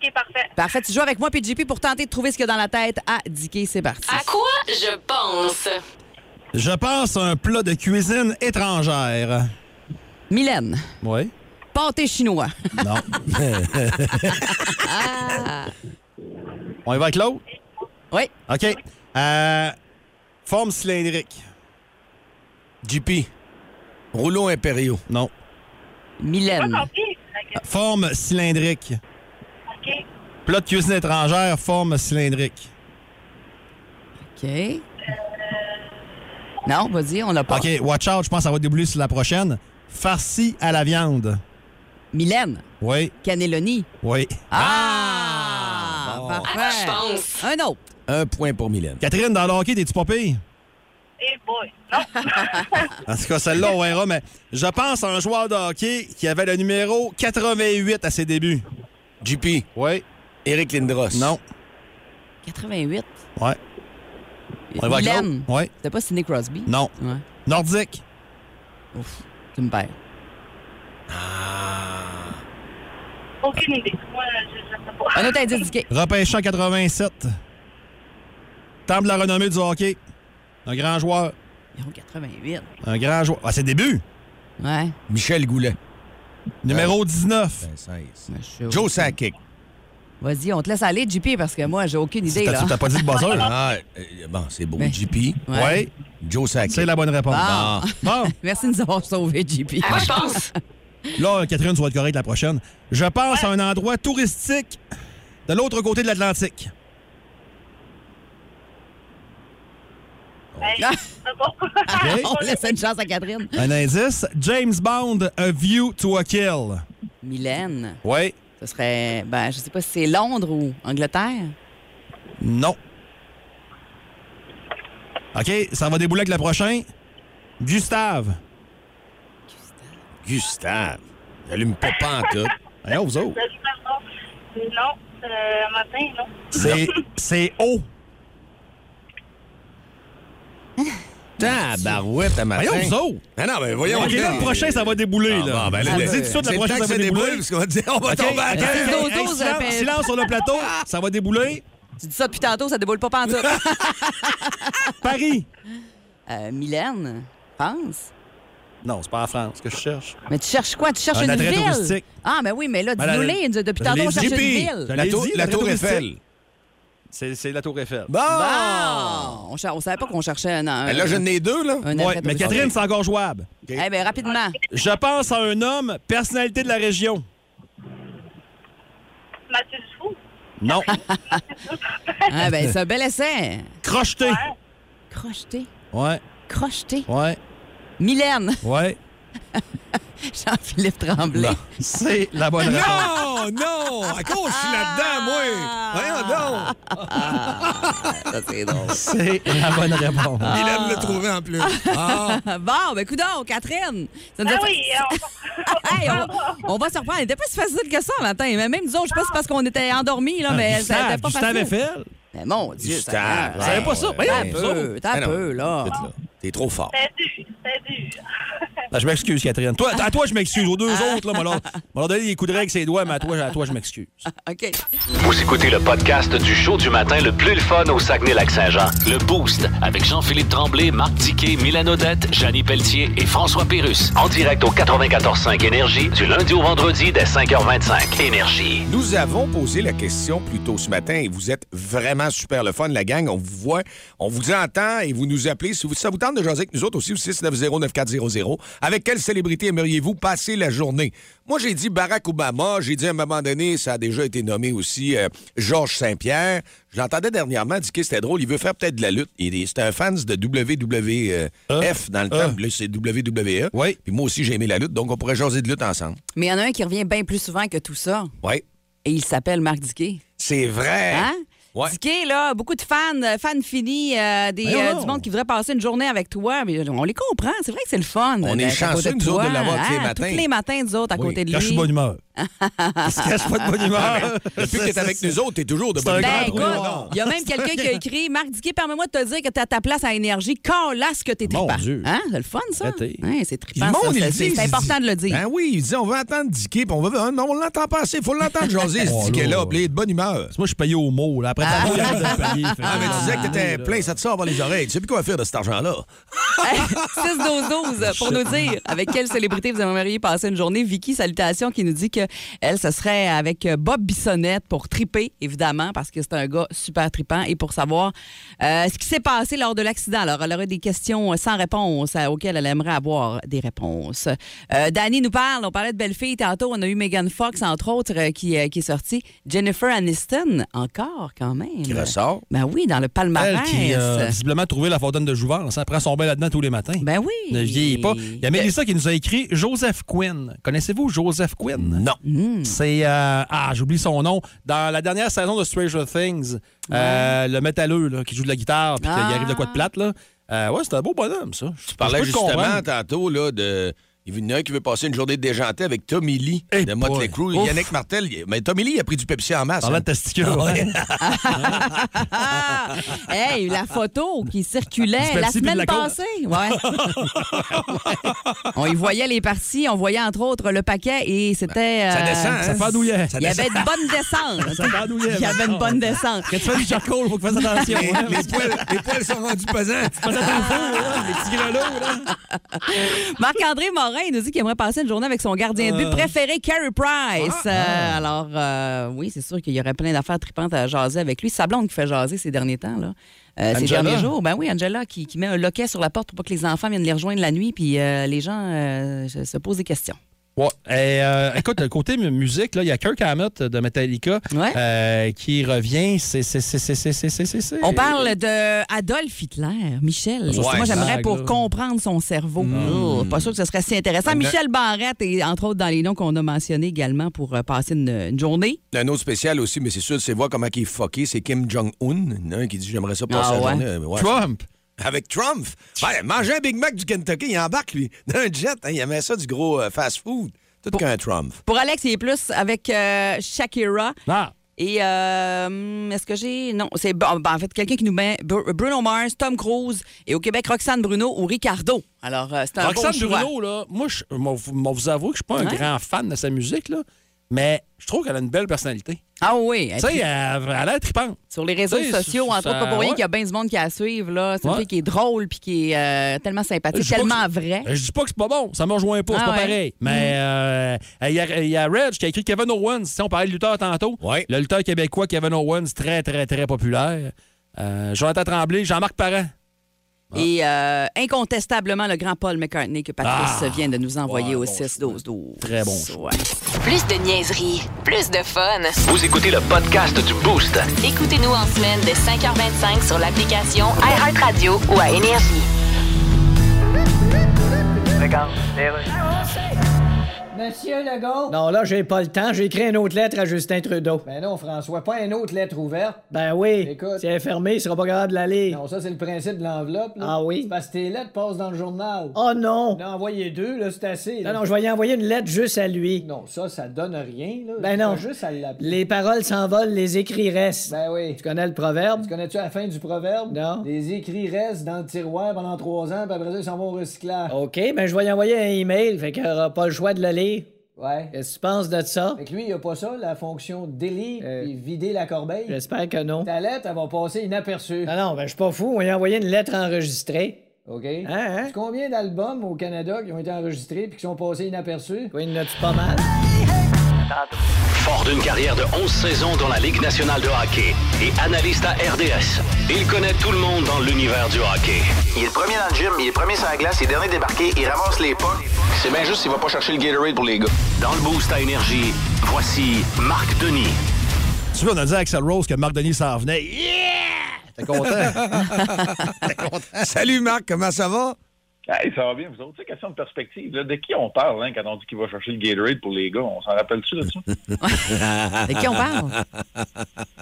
Speaker 9: OK, parfait.
Speaker 5: Parfait. Tu joues avec moi, PJP, pour tenter de trouver ce qu'il y a dans la tête à Dicky. C'est parti.
Speaker 9: Ah.
Speaker 12: À quoi je pense?
Speaker 4: Je pense à un plat de cuisine étrangère.
Speaker 5: Mylène,
Speaker 4: Oui.
Speaker 5: pâté chinois. [laughs]
Speaker 4: Non. [laughs]
Speaker 5: Ah.
Speaker 4: On y va avec l'autre?
Speaker 5: Oui.
Speaker 4: OK. Euh, forme cylindrique.
Speaker 3: JP. Rouleau impériaux.
Speaker 4: Non.
Speaker 5: Mylène.
Speaker 9: Ah
Speaker 3: Ah,
Speaker 4: Forme cylindrique.
Speaker 9: OK.
Speaker 4: Plat de cuisine étrangère, forme cylindrique.
Speaker 5: OK. Non, vas-y, on l'a pas.
Speaker 4: OK, watch out, je pense que ça va déboulé sur la prochaine. Farci à la viande.
Speaker 5: Mylène.
Speaker 4: Oui.
Speaker 5: Cannelloni.
Speaker 4: Oui.
Speaker 5: Ah! Parfait.
Speaker 12: je pense.
Speaker 5: Un autre.
Speaker 3: Un point pour Mylène.
Speaker 4: Catherine, dans le hockey, t'es-tu pas pire?
Speaker 9: Eh boy,
Speaker 5: [laughs]
Speaker 9: non.
Speaker 4: En tout cas, celle-là, on verra, mais je pense à un joueur de hockey qui avait le numéro 88 à ses débuts.
Speaker 3: JP.
Speaker 4: Oui.
Speaker 3: Eric Lindros.
Speaker 4: Non.
Speaker 5: 88.
Speaker 4: Ouais. On y va avec
Speaker 5: Mylène.
Speaker 4: l'autre? Ouais.
Speaker 5: C'était pas Sidney Crosby?
Speaker 4: Non.
Speaker 5: Ouais.
Speaker 4: Nordique.
Speaker 5: Ouf, tu me perds.
Speaker 9: Aucune idée. Moi, je ne sais pas.
Speaker 5: Un autre indice, Dicky.
Speaker 4: Repêchant 87. Temple de la renommée du hockey. Un grand joueur.
Speaker 5: Ils ont 88.
Speaker 4: Un grand joueur. Ah, c'est début.
Speaker 5: Ouais.
Speaker 3: Michel Goulet. Ben,
Speaker 4: Numéro 19.
Speaker 5: Ben,
Speaker 3: Joe Sakic.
Speaker 5: Vas-y, on te laisse aller, JP, parce que moi, j'ai aucune idée. là.
Speaker 4: hein?
Speaker 5: [laughs]
Speaker 3: Ah, euh, bon, c'est beau.
Speaker 5: Ben,
Speaker 3: JP.
Speaker 5: ouais. Ouais.
Speaker 3: Joe Sakic.
Speaker 4: C'est la bonne réponse.
Speaker 3: Bon.
Speaker 4: Bon.
Speaker 5: [laughs] Merci de nous avoir sauvés, JP.
Speaker 4: Ah,
Speaker 12: je
Speaker 5: [laughs]
Speaker 12: pense.
Speaker 4: Là, Catherine, tu vas être correcte la prochaine. Je pense à un endroit touristique de l'autre côté de l'Atlantique.
Speaker 5: Ah. on laisse une chance à Catherine.
Speaker 4: Un indice, James Bond, A View to a Kill.
Speaker 5: Mylène.
Speaker 4: Oui.
Speaker 5: Ce serait, ben, je sais pas si c'est Londres ou Angleterre.
Speaker 4: Non. OK, ça va débouler avec le prochain. Gustave.
Speaker 3: Gustave. J'allume pas pantoute.
Speaker 4: Voyons, vous autres.
Speaker 9: Non, euh, matin, non.
Speaker 4: C'est, c'est O.
Speaker 3: Tabarouette à matin.
Speaker 4: Voyons, vous autres.
Speaker 3: Ah non, ben voyons.
Speaker 4: OK,
Speaker 3: donc.
Speaker 4: là, le prochain, ça va débouler.
Speaker 3: Ah,
Speaker 4: là.
Speaker 3: bon, ben là,
Speaker 4: Vous
Speaker 3: le-
Speaker 4: me dites tout de suite,
Speaker 3: c'est
Speaker 4: le
Speaker 3: le
Speaker 4: prochain,
Speaker 3: temps que
Speaker 4: ça va
Speaker 3: ça
Speaker 4: débouler.
Speaker 3: déboule, parce qu'on va dire, on va
Speaker 4: OK,
Speaker 3: tomber à
Speaker 4: OK,
Speaker 3: terre.
Speaker 4: hey,
Speaker 3: Dodo,
Speaker 4: hey,
Speaker 5: ça
Speaker 4: silence,
Speaker 5: fait-
Speaker 4: silence sur le
Speaker 5: [laughs]
Speaker 4: plateau. Ça va débouler.
Speaker 5: Tu dis ça depuis tantôt, ça déboule pas pantoute.
Speaker 4: [laughs] Paris.
Speaker 5: Euh, Mylène, pense.
Speaker 4: Non, c'est pas en France que je cherche.
Speaker 5: Mais tu cherches quoi? Tu cherches
Speaker 4: Un
Speaker 5: une
Speaker 4: attrait
Speaker 5: ville?
Speaker 4: touristique.
Speaker 5: Ah, mais oui, mais là,
Speaker 4: Ben, la-
Speaker 5: dis-nous-les. nous, Depuis
Speaker 4: je l'ai
Speaker 5: tantôt, on
Speaker 4: dit.
Speaker 5: cherche une
Speaker 4: JP,
Speaker 5: ville.
Speaker 4: je l'ai
Speaker 3: La tour,
Speaker 4: dit,
Speaker 3: la tour
Speaker 4: touristique.
Speaker 3: Eiffel.
Speaker 4: C'est, c'est la Tour Eiffel.
Speaker 3: Bon!
Speaker 5: Bon! On, cher- on savait pas qu'on cherchait un... un-
Speaker 3: Ben là, je n'ai deux, là.
Speaker 5: Un
Speaker 4: Ouais,
Speaker 5: attrait
Speaker 4: mais
Speaker 5: touristique.
Speaker 4: Catherine, c'est encore jouable.
Speaker 5: Eh bien, rapidement.
Speaker 4: Je pense à un homme, personnalité de la région.
Speaker 9: Mathieu Dufour.
Speaker 5: [laughs]
Speaker 4: Non.
Speaker 5: Ah, ben, c'est un bel essai.
Speaker 4: Crocheté.
Speaker 5: Crocheté.
Speaker 4: Ouais.
Speaker 5: Crocheté.
Speaker 4: Ouais.
Speaker 5: Mylène.
Speaker 4: Ouais.
Speaker 5: [laughs] Jean-Philippe Tremblay.
Speaker 4: Bon, c'est la bonne réponse.
Speaker 3: Non, non! À cause, je suis là-dedans, moi! Voyons donc!
Speaker 5: Ah. Ça, c'est drôle.
Speaker 4: C'est la bonne réponse.
Speaker 5: Ah.
Speaker 3: Il aime le trouver en plus. Ah.
Speaker 5: [laughs] Bon, ben, coudonc, Catherine. Ça
Speaker 9: Ah
Speaker 5: a fait-
Speaker 9: oui,
Speaker 5: [laughs] Hey, on, va- on va se reprendre. Elle était pas si facile que ça, matin. Mais même nous autres, je sais pas si c'est parce qu'on était endormis,
Speaker 4: Ah,
Speaker 5: là, mais ça
Speaker 4: Gustave,
Speaker 5: n'était pas
Speaker 4: Gustave
Speaker 5: facile.
Speaker 4: Eiffel.
Speaker 5: Mais mon Dieu,
Speaker 3: Gustave,
Speaker 5: Seigneur.
Speaker 3: vous savez pas ça? Voyons,
Speaker 5: T'as
Speaker 3: vous
Speaker 5: peu,
Speaker 3: autres.
Speaker 5: t'as
Speaker 3: Ah non,
Speaker 5: peu, là.
Speaker 3: dites-le. T'es trop fort.
Speaker 9: c'est dur, c'est dur.
Speaker 4: Ben, je m'excuse, Catherine. Toi, à toi, je m'excuse. Aux deux
Speaker 5: Ah.
Speaker 4: autres, là, m'a leur- m'a leur donné des coups de règle avec ses doigts, mais à toi, à toi je m'excuse.
Speaker 5: OK.
Speaker 2: Vous écoutez le podcast du show du matin le plus le fun au Saguenay-Lac-Saint-Jean. Le Boost avec Jean-Philippe Tremblay, Marc Diquet, Milan Odette, Janine Pelletier et François Pérus. En direct au 94.5 Énergie du lundi au vendredi dès 5h25. Énergie.
Speaker 3: Nous avons posé la question plus tôt ce matin et vous êtes vraiment super le fun, la gang. On vous voit, on vous entend et vous nous appelez. Si vous- ça vous tente de jaser avec nous autres aussi, au 690-9400, avec quelle célébrité aimeriez-vous passer la journée? Moi, j'ai dit Barack Obama. J'ai dit à un moment donné, ça a déjà été nommé aussi euh, Georges Saint-Pierre. Je l'entendais dernièrement dire que c'était drôle. Il veut faire peut-être de la lutte. Il est- C'est un fan de WWF euh, dans le
Speaker 4: Ah.
Speaker 3: temps. Puis Là, c'est WWE.
Speaker 4: Oui.
Speaker 3: Puis moi aussi, j'ai aimé la lutte, donc on pourrait jaser de lutte ensemble.
Speaker 5: Mais il y en a un qui revient bien plus souvent que tout ça.
Speaker 3: Oui.
Speaker 5: Et il s'appelle Marc Diquet.
Speaker 3: C'est vrai.
Speaker 5: Hein?
Speaker 3: Ouais.
Speaker 5: Diquet, là, beaucoup de fans, euh, fans finis, euh, des,
Speaker 3: Voyons
Speaker 5: euh,
Speaker 3: donc.
Speaker 5: du monde qui voudrait passer une journée avec toi. Mais on les comprend. C'est vrai que c'est le fun.
Speaker 3: On
Speaker 5: d'être
Speaker 3: est
Speaker 5: à
Speaker 3: chanceux,
Speaker 5: côté
Speaker 3: nous autres,
Speaker 5: toi, hein?
Speaker 3: de l'avoir tous les matins.
Speaker 5: Tous les matins, nous autres, à
Speaker 3: Oui,
Speaker 5: côté de lui.
Speaker 4: Quand je suis de bonne
Speaker 5: [laughs]
Speaker 4: humeur. Parce que je suis pas de bonne humeur.
Speaker 3: Depuis que t'es avec nous autres, t'es toujours Ah, ben, oh, de
Speaker 4: C'est
Speaker 3: bonne
Speaker 4: un
Speaker 3: humeur.
Speaker 5: Ben,
Speaker 4: grand
Speaker 5: écoute, il y a même quelqu'un qui a écrit Marc Diquet, permets-moi de te dire que t'as ta place à énergie. Quand là, ce que t'es
Speaker 4: Mon
Speaker 5: trippant.
Speaker 4: Dieu.
Speaker 5: Hein? C'est le fun,
Speaker 3: [laughs]
Speaker 5: ça?
Speaker 4: Arrêtez.
Speaker 5: Hein, c'est
Speaker 3: Le
Speaker 5: trippant. ça.
Speaker 3: monde, il
Speaker 5: C'est-
Speaker 3: le dit,
Speaker 5: C'est
Speaker 3: il
Speaker 5: important
Speaker 3: dit-
Speaker 5: de le dire.
Speaker 4: Hein?
Speaker 3: Ben oui, il dit, on veut entendre Dicky, puis on veut... Non, on l'entend pas assez. Faut l'entendre jaser,
Speaker 4: [laughs] Oh,
Speaker 3: ce Dicky-là,
Speaker 4: là.
Speaker 3: puis il est de bonne humeur.
Speaker 4: Moi, je suis payé au mot. Là. Après,
Speaker 5: Ah.
Speaker 4: t'as pas de
Speaker 3: [laughs]
Speaker 4: payer. fait que-
Speaker 3: Ah, mais tu disais que t'étais
Speaker 4: là.
Speaker 3: plein, ça te sort par les oreilles. Tu sais plus quoi faire de cet argent-là.
Speaker 5: [laughs] 6 12 12 pour nous dire avec quelle célébrité vous aimeriez passer une journée. Vicky, salutations, qui nous dit que elle, ce serait avec euh, Bob Bissonnette pour triper, évidemment, parce que c'est un gars super tripant et pour savoir euh, ce qui s'est passé lors de l'accident. Alors, elle aurait des questions sans réponse euh, auxquelles elle aimerait avoir des réponses. Euh, Danny nous parle, on parlait de belle fille tantôt, on a eu Megan Fox, entre autres, euh, qui, euh, qui est sortie. Jennifer Aniston, encore quand même.
Speaker 3: Qui ressort.
Speaker 5: Ben oui, dans le palmarès.
Speaker 4: Elle qui euh, a visiblement trouvé la fontaine de Jouvence. Elle prend son bain là-dedans tous les matins.
Speaker 5: Ben
Speaker 4: Ne vieillit
Speaker 5: oui.
Speaker 4: pas.
Speaker 5: Ben
Speaker 4: Il y a Mélissa qui nous a écrit Joseph Quinn. Connaissez-vous Joseph Quinn? Non.
Speaker 5: Hmm.
Speaker 4: C'est. euh, ah, j'oublie son nom. Dans la dernière saison de Stranger Things, euh, le métalleux là, qui joue de la guitare puis qui
Speaker 5: Ah.
Speaker 4: arrive de quoi de plate. Là. Euh, ouais, c'est un beau bonhomme, ça. Je-
Speaker 3: Tu parlais
Speaker 4: je peux te
Speaker 3: justement
Speaker 4: comprendre.
Speaker 3: tantôt là, de. Il y en a un qui veut passer une journée de déjanté avec Tommy Lee
Speaker 4: Eh
Speaker 3: de Motley
Speaker 4: boy.
Speaker 3: Crue.
Speaker 4: Ouf.
Speaker 3: Yannick Martel. il- Mais Tommy Lee, il a pris du Pepsi en masse.
Speaker 4: Parlant
Speaker 3: hein.
Speaker 4: de testicules. ouais. [laughs]
Speaker 5: Ah! [laughs] Hey, la photo qui circulait
Speaker 4: Du
Speaker 5: la
Speaker 4: Pepsi puis de
Speaker 5: semaine
Speaker 4: la Coke.
Speaker 5: passée.
Speaker 4: [laughs]
Speaker 5: Ouais. on y voyait les parties, on voyait entre autres le paquet et c'était.
Speaker 3: Ça
Speaker 5: euh,
Speaker 3: descend. hein?
Speaker 4: Ben, Ça fait douillet.
Speaker 3: Ça
Speaker 5: Il y
Speaker 3: descend.
Speaker 5: avait une bonne descente.
Speaker 4: Ça fait douillet.
Speaker 5: Il y avait une bonne descente.
Speaker 4: Quand [laughs] tu fais du charcoal, faut que tu fasses
Speaker 5: [laughs]
Speaker 4: attention.
Speaker 3: Les,
Speaker 4: hein.
Speaker 3: les poils, les poils sont rendus pesants.
Speaker 4: Fais attention au four, là, les petits grelots, là.
Speaker 5: Marc-André Morin, il nous dit qu'il aimerait passer une journée avec son gardien
Speaker 4: Euh.
Speaker 5: de but
Speaker 4: Ah.
Speaker 5: préféré, Carey Price. Euh, Alors, euh, oui, c'est sûr qu'il y aurait plein d'affaires tripantes à jaser avec lui. Sa blonde qui fait jaser ces derniers temps, là. Euh, ces
Speaker 4: Angela?
Speaker 5: derniers jours. Ben oui, Angela qui, qui met un loquet sur la porte pour pas que les enfants viennent les rejoindre la nuit, puis euh, les gens euh, se se posent des questions.
Speaker 4: Ouais. Et, euh, écoute, le côté mu- musique, là, il y a Kirk Hammett de Metallica
Speaker 5: Ouais.
Speaker 4: euh, qui revient. C'est, c'est, c'est, c'est, c'est, c'est, c'est, c'est- c'est-
Speaker 5: On parle de Adolf Hitler, Michel.
Speaker 4: Ça, c'est
Speaker 5: Moi,
Speaker 4: une
Speaker 5: j'aimerais
Speaker 4: blague,
Speaker 5: pour
Speaker 4: là. Mm.
Speaker 5: comprendre son cerveau. Oh, pas sûr que ce serait si intéressant. Michel Barrette est entre autres dans les noms qu'on a mentionnés également pour euh, passer une- une journée.
Speaker 3: Un autre spécial aussi, mais c'est sûr, c'est voir comment il est fucké. C'est Kim Jong-un. Il y en a un hein, qui dit J'aimerais ça passer
Speaker 5: Ah
Speaker 3: la
Speaker 5: ouais?
Speaker 3: journée. euh, ouais.
Speaker 4: Trump.
Speaker 3: Avec Trump. Ben, manger un Big Mac du Kentucky, il embarque, lui, [laughs] dans un jet. hein, il aimait ça du gros euh, fast-food. Tout qu'un Trump.
Speaker 5: Pour Alex, il est plus avec euh, Shakira.
Speaker 4: Ah.
Speaker 5: Et euh, hum, est-ce que j'ai. Non, c'est. bon, ben, en fait, quelqu'un qui nous met Br- Bruno Mars, Tom Cruise et au Québec, Roxane Bruno ou Ricardo. Alors, euh, c'est un
Speaker 4: Roxane
Speaker 5: bon choix.
Speaker 4: Bruno, là, moi, je moi, vous- moi, vous avoue que je suis pas un
Speaker 5: Ouais.
Speaker 4: grand fan de sa musique, là, mais je trouve qu'elle a une belle personnalité.
Speaker 5: Ah oui.
Speaker 4: Tu sais, elle, elle a l'air tripante.
Speaker 5: Sur les réseaux
Speaker 4: Tu sais,
Speaker 5: sociaux,
Speaker 4: ça-
Speaker 5: entre autres, pas pour rien qu'il y a bien du monde qui la suive. là. C'est une
Speaker 4: Ouais.
Speaker 5: fille qui est drôle puis qui est euh, tellement sympathique,
Speaker 4: Je dis pas
Speaker 5: tellement
Speaker 4: que-
Speaker 5: vraie.
Speaker 4: Je dis pas que c'est pas bon, ça me rejoint pas, c'est
Speaker 5: Ah
Speaker 4: pas
Speaker 5: ouais.
Speaker 4: pareil. Mais euh, il y a- il y, a Reg qui a écrit Kevin Owens. Tu sais, on parlait de lutteur tantôt. Le lutteur québécois Kevin Owens, très, très, très populaire. Euh, Jonathan Tremblay, Jean-Marc Parent.
Speaker 5: Et euh, incontestablement, le grand Paul McCartney que Patrice
Speaker 4: Ah!
Speaker 5: vient de nous envoyer
Speaker 4: Ouais,
Speaker 5: au 6-12-12.
Speaker 4: Très bon.
Speaker 1: Plus de niaiserie, plus de fun.
Speaker 2: Vous écoutez le podcast du Boost.
Speaker 1: Écoutez-nous en semaine de 5h25 sur l'application iHeartRadio ou à Énergie.
Speaker 13: Monsieur Legault.
Speaker 14: Non, là, j'ai pas le temps. J'ai écrit une autre lettre à Justin Trudeau. Ben non, François, pas une autre lettre ouverte. Ben oui. Écoute. Si elle est fermée, il sera pas capable de l'aller. Non, ça, c'est le principe de l'enveloppe. Ah oui. Parce que tes lettres passent dans le journal. Oh non. Là, envoyé deux, là, c'est assez.
Speaker 13: là.
Speaker 14: Non, non, je vais y envoyer une lettre juste à lui. Non, ça, ça donne rien, là. Ben non.
Speaker 13: T'as juste à l'appeler.
Speaker 14: Les paroles s'envolent, les écrits restent. Ben oui. Tu connais le proverbe? Tu connais-tu la fin du proverbe? Non. Les écrits restent dans le tiroir pendant trois ans, puis après ça, ils s'en vont au recyclage. OK, ben je vais y envoyer un email, fait qu'il aura pas le choix de le lire. Ouais. Qu'est-ce que tu penses de ça? Fait que lui, il a pas ça, la fonction délire et vider la corbeille. J'espère que non. Ta lettre, elle va passer inaperçue. Non, non, ben je suis pas fou. On lui a envoyé une lettre enregistrée. OK. Hein, hein? Combien d'albums au Canada qui ont été enregistrés puis qui sont passés inaperçus? Oui, il en a-tu pas mal?
Speaker 2: Fort d'une carrière de 11 saisons dans la Ligue nationale de hockey et analyste à RDS, il connaît tout le monde dans l'univers du hockey.
Speaker 15: Il est le premier dans le gym, il est le premier sur la glace, il est dernier débarqué, il ramasse les pas. C'est bien juste s'il va pas chercher le Gatorade pour les gars.
Speaker 2: Dans le Boost à Énergie, voici Marc Denis.
Speaker 4: Tu vois, on a dit à Axel Rose que Marc Denis s'en venait. Yeah! T'es [laughs]
Speaker 5: [laughs]
Speaker 4: content?
Speaker 3: Salut, Marc, Ah, comment ça va?
Speaker 16: Hey, ça va bien, vous autres. C'est question de perspective. là. De qui on parle hein, quand on dit qu'il va chercher le Gatorade pour les gars? On s'en rappelle-tu de ça?
Speaker 3: Mm-hmm. [laughs] De
Speaker 16: qui on parle?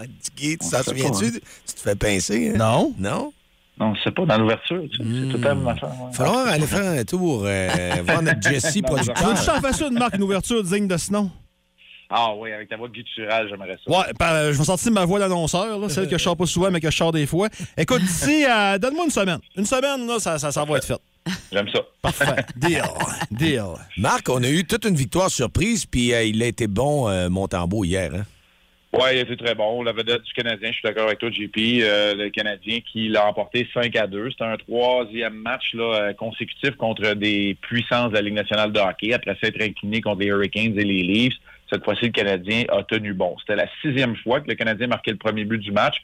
Speaker 3: du Guy, tu t'en souviens-tu? Tu te fais pincer. hein?
Speaker 4: Non.
Speaker 3: Non?
Speaker 16: Non, je sais pas, dans l'ouverture. tu sais, C'est tout à fait ma affaire, ouais.
Speaker 3: Falloir aller faire un tour,
Speaker 16: [laughs]
Speaker 3: euh, voir notre Jesse
Speaker 16: Dans les
Speaker 4: Tu veux
Speaker 3: producteur.
Speaker 4: que je t'en fasse une, Marc, une ouverture digne de ce nom?
Speaker 16: Ah oui, avec ta voix de gutturale, j'aimerais ça.
Speaker 4: Ouais, ben, euh, je vais sortir ma voix d'annonceur, là, celle que je sors pas souvent, mais que je sors des fois. Écoute, d'ici, euh, donne-moi une semaine. Une semaine, là, ça, ça, ça va être fait.
Speaker 16: J'aime ça.
Speaker 4: Parfait. Deal.
Speaker 3: [laughs]
Speaker 4: Deal.
Speaker 3: Marc, on a eu toute une victoire surprise, puis euh, il a été bon, euh, Montembeau, hier. Hein?
Speaker 16: Ouais, il était très bon. La vedette du Canadien, je suis d'accord avec toi, JP. euh, le Canadien qui l'a emporté 5 à 2. C'était un troisième match là, euh, consécutif contre des puissances de la Ligue nationale de hockey. Après s'être incliné contre les Hurricanes et les Leafs, cette fois-ci, le Canadien a tenu bon. C'était la sixième fois que le Canadien marquait le premier but du match.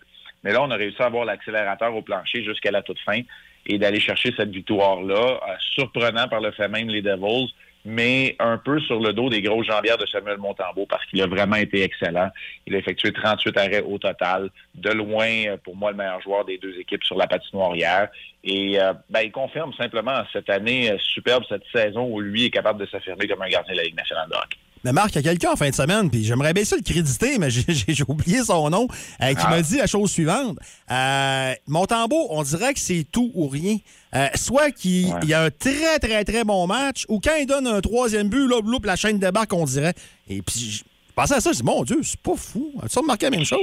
Speaker 16: Mais là, on a réussi à avoir l'accélérateur au plancher jusqu'à la toute fin et d'aller chercher cette victoire-là, euh, surprenant par le fait même les Devils, mais un peu sur le dos des grosses jambières de Samuel Montembeau parce qu'il a vraiment été excellent. Il a effectué 38 arrêts au total, de loin, euh, pour moi, le meilleur joueur des deux équipes sur la patinoire hier. Et euh, ben, il confirme simplement cette année euh, superbe, cette saison où lui est capable de s'affirmer comme un gardien de la Ligue nationale de hockey.
Speaker 4: Mais Marc, il y a quelqu'un en fin de semaine, puis j'aimerais bien ça le créditer, mais [laughs] j'ai- j'ai j'ai oublié son nom, euh, qui m'a dit la chose suivante. Euh, Montembeau, on dirait que c'est tout ou rien. Euh, soit qu'il il y a un très, très, très bon match, ou quand il donne un troisième but, là, bloup, la chaîne débarque, on dirait. Et puis, je pensais à ça, je dis, mon Dieu, c'est pas fou. As-tu remarqué la même chose?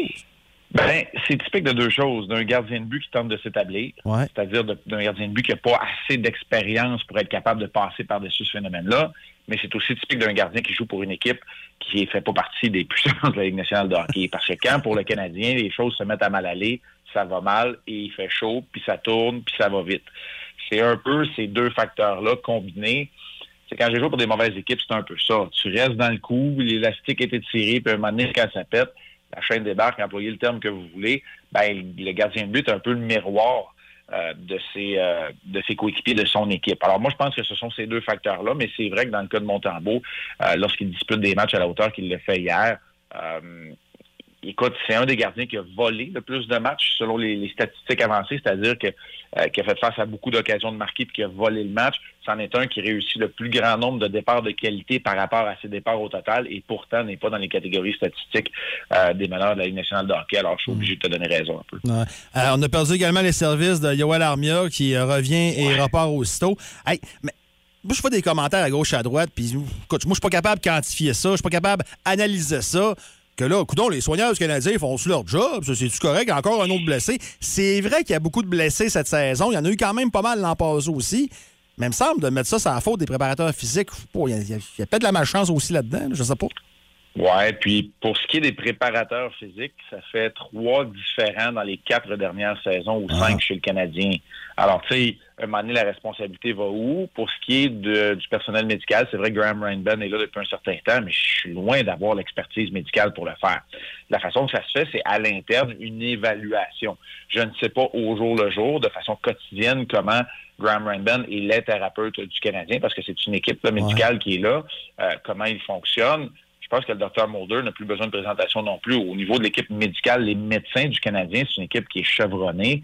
Speaker 16: Ben, c'est typique de deux choses. D'un gardien de but qui tente de s'établir,
Speaker 4: Ouais.
Speaker 16: c'est-à-dire de- d'un gardien de but qui n'a pas assez d'expérience pour être capable de passer par-dessus ce phénomène-là, mais c'est aussi typique d'un gardien qui joue pour une équipe qui ne fait pas partie des puissances de la Ligue nationale de hockey. Parce que quand, pour le Canadien, les choses se mettent à mal aller, ça va mal et il fait chaud, puis ça tourne, puis ça va vite. C'est un peu ces deux facteurs-là combinés c'est quand j'ai joué pour des mauvaises équipes, c'est un peu ça. Tu restes dans le coup, l'élastique est étiré, puis à un moment donné, quand ça pète, la chaîne débarque, employez le terme que vous voulez, ben, le gardien de but est un peu le miroir euh, de, ses, euh, de ses coéquipiers, de son équipe. Alors moi, je pense que ce sont ces deux facteurs-là, mais c'est vrai que dans le cas de Montembeau, euh, lorsqu'il dispute des matchs à la hauteur qu'il le fait hier, euh, écoute, c'est un des gardiens qui a volé le plus de matchs selon les, les statistiques avancées, c'est-à-dire que, euh, qui a fait face à beaucoup d'occasions de marquer puis qui a volé le match. C'en est un qui réussit le plus grand nombre de départs de qualité par rapport à ses départs au total et pourtant n'est pas dans les catégories statistiques euh, des meneurs de la Ligue nationale de hockey. Alors, je suis obligé de te donner raison un peu.
Speaker 4: Ouais. Euh, on a perdu également les services de Yoel Armia qui euh, revient et repart aussitôt. Hey, mais moi, je fais des commentaires à gauche, à droite, puis écoute, moi, je suis pas capable de quantifier ça, je suis pas capable d'analyser ça. Que là, coudon, les soigneurs canadiens font aussi leur job, ça, c'est-tu correct? Encore un autre blessé. C'est vrai qu'il y a beaucoup de blessés cette saison. Il y en a eu quand même pas mal l'an passé aussi. Mais il me semble de mettre ça, c'est la faute des préparateurs physiques. Je sais pas, Il y a, il y a- il y a peut-être de la malchance aussi là-dedans, là, je sais pas.
Speaker 16: Ouais, puis pour ce qui est des préparateurs physiques, ça fait trois différents dans les quatre dernières saisons ou cinq chez le Canadien. Alors, tu sais, un moment donné, la responsabilité va où? Pour ce qui est de- du personnel médical, c'est vrai que Graham Reinben est là depuis un certain temps, mais je suis loin d'avoir l'expertise médicale pour le faire. La façon que ça se fait, c'est à l'interne, une évaluation. Je ne sais pas au jour le jour, de façon quotidienne, comment Graham Reinben est les thérapeutes du Canadien, parce que c'est une équipe là, médicale qui est là, euh, comment il fonctionne je pense que le docteur Mulder n'a plus besoin de présentation non plus. Au niveau de l'équipe médicale, les médecins du Canadien, c'est une équipe qui est chevronnée.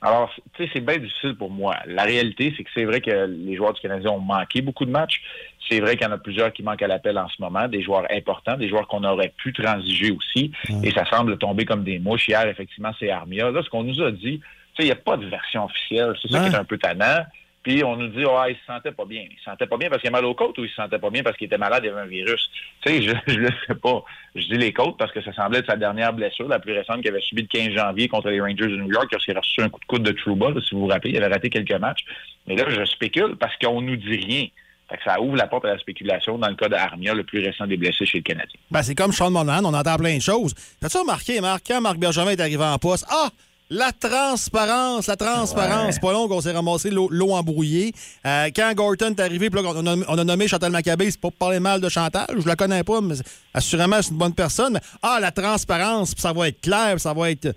Speaker 16: Alors, tu sais, c'est bien difficile pour moi. La réalité, c'est que c'est vrai que les joueurs du Canadien ont manqué beaucoup de matchs. C'est vrai qu'il y en a plusieurs qui manquent à l'appel en ce moment, des joueurs importants, des joueurs qu'on aurait pu transiger aussi. Et ça semble tomber comme des mouches. Hier, effectivement, c'est Armia. Là, ce qu'on nous a dit, tu sais, il n'y a pas de version officielle. C'est ça qui est un peu tannant. Puis on nous dit, ah, il se sentait pas bien. Il se sentait pas bien parce qu'il a mal aux côtes ou il se sentait pas bien parce qu'il était malade, il avait un virus. Tu sais, je, je le sais pas. Je dis les côtes parce que ça semblait être sa dernière blessure, la plus récente qu'il avait subie le 15 janvier contre les Rangers de New York lorsqu'il a reçu un coup de coude de Trouba, là, si vous vous rappelez. Il avait raté quelques matchs. Mais là, je spécule parce qu'on nous dit rien. Fait que ça ouvre la porte à la spéculation dans le cas d'Armia, le plus récent des blessés chez le Canadien.
Speaker 4: Ben, c'est comme Sean Monahan, on entend plein de choses. T'as-tu remarqué, Marc, quand Marc Bergevin est arrivé en poste, ah, la transparence, la transparence. Pas long qu'on s'est ramassé l'eau l'eau embrouillée. Euh, quand Gorton est arrivé, puis là, on a, on a nommé Chantal Maccabé, c'est pas pour parler mal de Chantal, je la connais pas, mais assurément, c'est une bonne personne. Mais, ah, la transparence, puis ça va être clair, puis ça va être...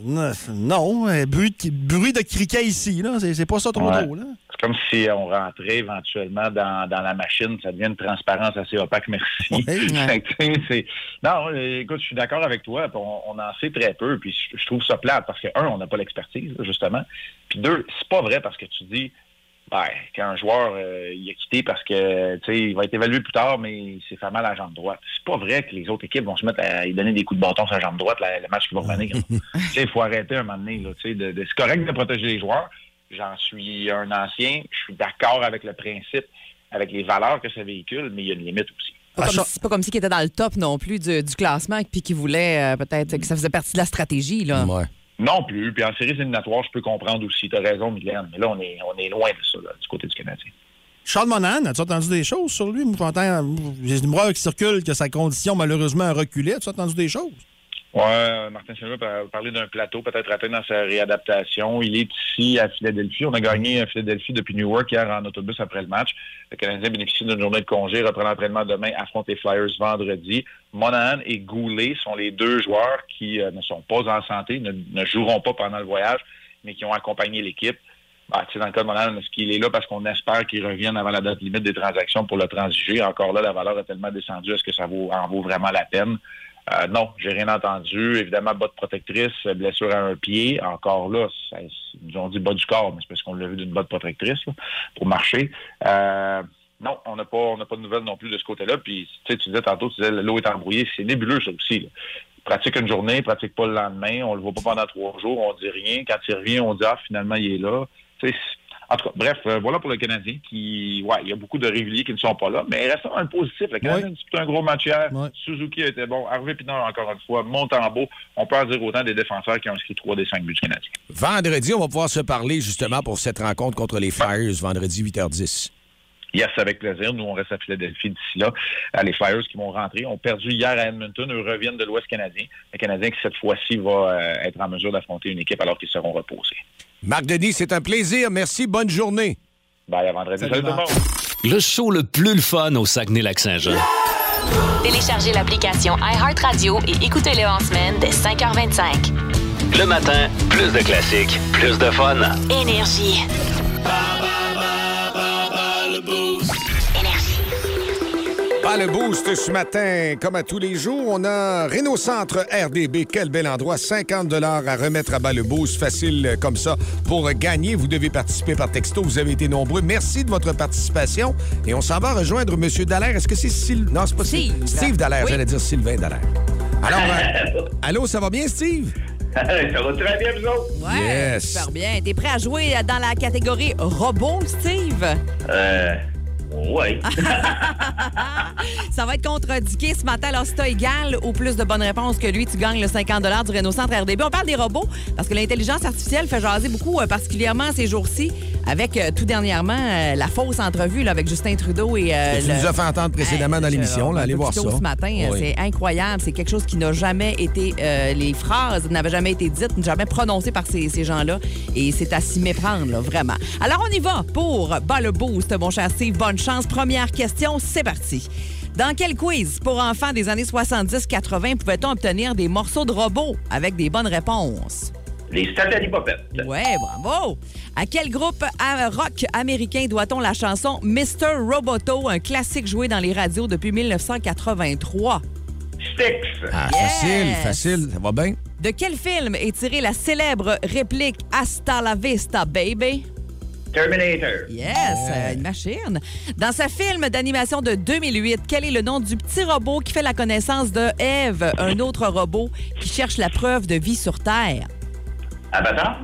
Speaker 4: Non, Non, euh, bruit, de- bruit de criquet ici, là. C'est c'est pas ça trop
Speaker 16: Ouais.
Speaker 4: drôle, là.
Speaker 16: C'est comme si on rentrait éventuellement dans, dans la machine, ça devient une transparence assez opaque, merci. [laughs] Fait que, tu sais, c'est- non, euh, écoute, je suis d'accord avec toi, puis on, on en sait très peu, puis je- je trouve ça plate parce que, un, on n'a pas l'expertise, là, justement, puis deux, c'est pas vrai parce que tu dis, ben, qu'un joueur, euh, il a quitté parce que, tu sais, il va être évalué plus tard, mais il s'est fait mal à la jambe droite. C'est pas vrai que les autres équipes vont se mettre à lui donner des coups de bâton sur la jambe droite, la- le match qui va revenir. Tu sais, il faut arrêter un moment donné, là, tu sais, de- de- c'est correct de protéger les joueurs, J'en suis un ancien. Je suis d'accord avec le principe, avec les valeurs que ça véhicule, mais il y a une limite aussi.
Speaker 3: Ah,
Speaker 5: Pas comme si- C'est pas comme si qu'il était dans le top non plus du, du classement puis qu'il voulait euh, peut-être que ça faisait partie de la stratégie. Là.
Speaker 16: Non plus. Puis en séries éliminatoires, je peux comprendre aussi. Tu as raison, Mylène. Mais là, on est, on est loin de ça, là, du côté du Canadien.
Speaker 4: Charles Monahan, as-tu entendu des choses sur lui? Moi, j'entends, il y a des rumeurs qui circulent que sa condition, malheureusement, a reculé. As-tu entendu des choses?
Speaker 16: Ouais, euh, Martin Saint-Louis a parlé d'un plateau peut-être atteint dans sa réadaptation. Il est ici à Philadelphie. On a gagné à Philadelphie depuis Newark hier en autobus après le match. Le Canadien bénéficie d'une journée de congé, reprend l'entraînement demain, affronte les Flyers vendredi. Monahan et Goulet sont les deux joueurs qui euh, ne sont pas en santé, ne, ne joueront pas pendant le voyage, mais qui ont accompagné l'équipe. Bah, tu sais, dans le cas de Monahan, est-ce qu'il est là parce qu'on espère qu'il revienne avant la date limite des transactions pour le transiger? Encore là, la valeur a tellement descendu, est-ce que ça vaut, en vaut vraiment la peine? Euh, non, j'ai rien entendu. Évidemment, botte protectrice, blessure à un pied. Encore là, ça- ils nous ont dit bas du corps, mais c'est parce qu'on l'a vu d'une botte protectrice là, pour marcher. Euh, non, on n'a pas, on n'a pas de nouvelles non plus de ce côté-là. Puis tu sais, tu disais tantôt, tu disais l'eau est embrouillée, c'est nébuleux ça aussi. là. Pratique une journée, pratique pas le lendemain, on le voit pas pendant trois jours, on dit rien. Quand il revient, on dit ah finalement il est là. Tu sais, c'est- en tout cas, bref, euh, voilà pour le Canadien qui, ouais, il y a beaucoup de réguliers qui ne sont pas là, mais restons dans le positif. Le Canadien a disputé un gros match hier. Suzuki était bon. Harvey Pinard, encore une fois. Montembeau. On peut en dire autant des défenseurs qui ont inscrit 3 des 5 buts du Canadien.
Speaker 3: Vendredi, on va pouvoir se parler justement pour cette rencontre contre les Flyers, vendredi 8h10.
Speaker 16: Yes, avec plaisir. Nous, on reste à Philadelphie d'ici là. Euh, Les Flyers qui vont rentrer ont perdu hier à Edmonton. Eux reviennent de l'Ouest canadien. Le Canadien qui, cette fois-ci, va euh, être en mesure d'affronter une équipe alors qu'ils seront reposés.
Speaker 3: Marc Denis, c'est un plaisir. Merci. Bonne journée.
Speaker 16: Bye, Ben, à vendredi.
Speaker 3: Euh,
Speaker 16: Salut, tout le monde.
Speaker 2: Le show le plus le fun au Saguenay-Lac-Saint-Jean.
Speaker 1: Téléchargez l'application iHeartRadio et écoutez-le en semaine dès 5h25.
Speaker 2: Le matin, plus de classiques, plus de fun.
Speaker 1: Énergie.
Speaker 12: Énergie.
Speaker 3: Faire le boost ce matin, comme à tous les jours, on a Renault Centre RDB. Quel bel endroit. 50 à remettre à bas le boost. Facile euh, comme ça. Pour gagner, vous devez participer par texto. Vous avez été nombreux. Merci de votre participation. Et on s'en va rejoindre M. Dallaire. Est-ce que c'est Sylvain? Non, c'est pas Steve. Steve Dallaire. J'allais dire Sylvain Dallaire. Alors, euh, allô, ça va bien, Steve?
Speaker 15: ça va très bien, vous autres?
Speaker 5: Ouais,
Speaker 3: Yes.
Speaker 5: super bien. T'es prêt à jouer euh, dans la catégorie robot, Steve?
Speaker 15: Euh. Ouais.
Speaker 5: Ah. Ça va être contre Dicky ce matin. Alors, si t'as égal ou plus de bonnes réponses que lui, tu gagnes le 50 du Renault Centre RDB. On parle des robots parce que l'intelligence artificielle fait jaser beaucoup, euh, particulièrement ces jours-ci, avec euh, tout dernièrement euh, la fausse entrevue là, avec Justin Trudeau et... euh,
Speaker 3: tu
Speaker 5: le-
Speaker 3: nous as fait entendre précédemment dans l'émission. là.
Speaker 5: un
Speaker 3: Allez
Speaker 5: peu
Speaker 3: voir
Speaker 5: plus
Speaker 3: ça.
Speaker 5: tôt ce matin. euh,
Speaker 3: Oui.
Speaker 5: C'est incroyable. C'est quelque chose qui n'a jamais été. euh, les phrases n'avaient jamais été dites, jamais prononcées par ces, ces gens-là. Et c'est à s'y méprendre, là, vraiment. Alors, on y va pour Bas le Boost, mon cher Steve. Bonne chance. Première question, c'est parti. Dans quel quiz pour enfants des années 70-80 pouvait-on obtenir des morceaux de robots avec des bonnes réponses?
Speaker 15: Les Stanley Popettes.
Speaker 5: Ouais, bravo! À quel groupe euh, rock américain doit-on la chanson Mr. Roboto, un classique joué dans les radios depuis 1983?
Speaker 15: Styx.
Speaker 3: Ah,
Speaker 5: Yes.
Speaker 3: Facile, facile. Ça va bien?
Speaker 5: De quel film est tirée la célèbre réplique Hasta la vista, baby?
Speaker 15: Terminator.
Speaker 5: Yes, euh, une machine. Dans ce film d'animation de 2008, quel est le nom du petit robot qui fait la connaissance de Eve, un autre robot qui cherche la preuve de vie sur Terre?
Speaker 15: Avatar.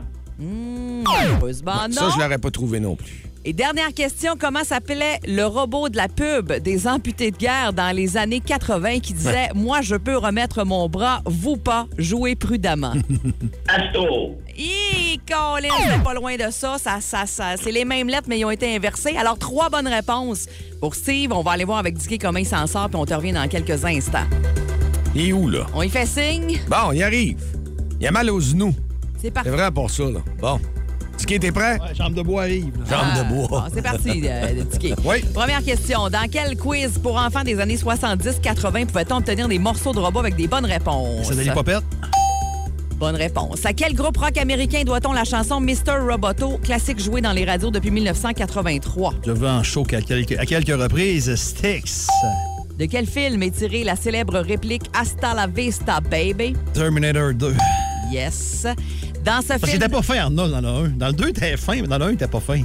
Speaker 5: Heureusement,
Speaker 3: Hmm. Ça,
Speaker 5: non.
Speaker 3: je l'aurais pas trouvé non plus.
Speaker 5: Et dernière question, comment s'appelait le robot de la pub des amputés de guerre dans les années 80 qui disait Moi, je peux remettre mon bras, vous pas, jouez prudemment.
Speaker 15: [laughs] Astro.
Speaker 5: Hi, Colin, c'était pas loin de ça. ça, ça, ça c'est les mêmes lettres, mais ils ont été inversées. Alors, trois bonnes réponses pour Steve. On va aller voir avec Dicky comment il s'en sort, puis on te revient dans quelques instants.
Speaker 3: Il est où, là?
Speaker 5: On y fait signe.
Speaker 3: Bon, il arrive. Il a mal aux genoux.
Speaker 5: C'est parti.
Speaker 3: C'est vrai pour ça, là. Bon. Tiki, t'es prêt?
Speaker 4: jambe de bois arrive. là.
Speaker 3: Jambe de bois.
Speaker 5: Ah, Bon, c'est parti, euh, Dicky.
Speaker 3: [laughs] Oui.
Speaker 5: Première question. Dans quel quiz pour enfants des années 70-80 pouvait-on obtenir des morceaux de robots avec des bonnes réponses?
Speaker 4: Ça donne les popettes.
Speaker 5: Bonne réponse. À quel groupe rock américain doit-on la chanson Mr. Roboto, classique jouée dans les radios depuis 1983?
Speaker 4: Je veux en choc à quelques, à quelques reprises. Styx.
Speaker 5: De quel film est tirée la célèbre réplique Hasta la vista, baby?
Speaker 4: Terminator 2.
Speaker 5: Yes. Dans ce
Speaker 4: Parce qu'il
Speaker 5: film,
Speaker 4: était pas fin, Arnold, dans le 1. Dans le 2, il était fin, mais dans le 1, il était pas fin.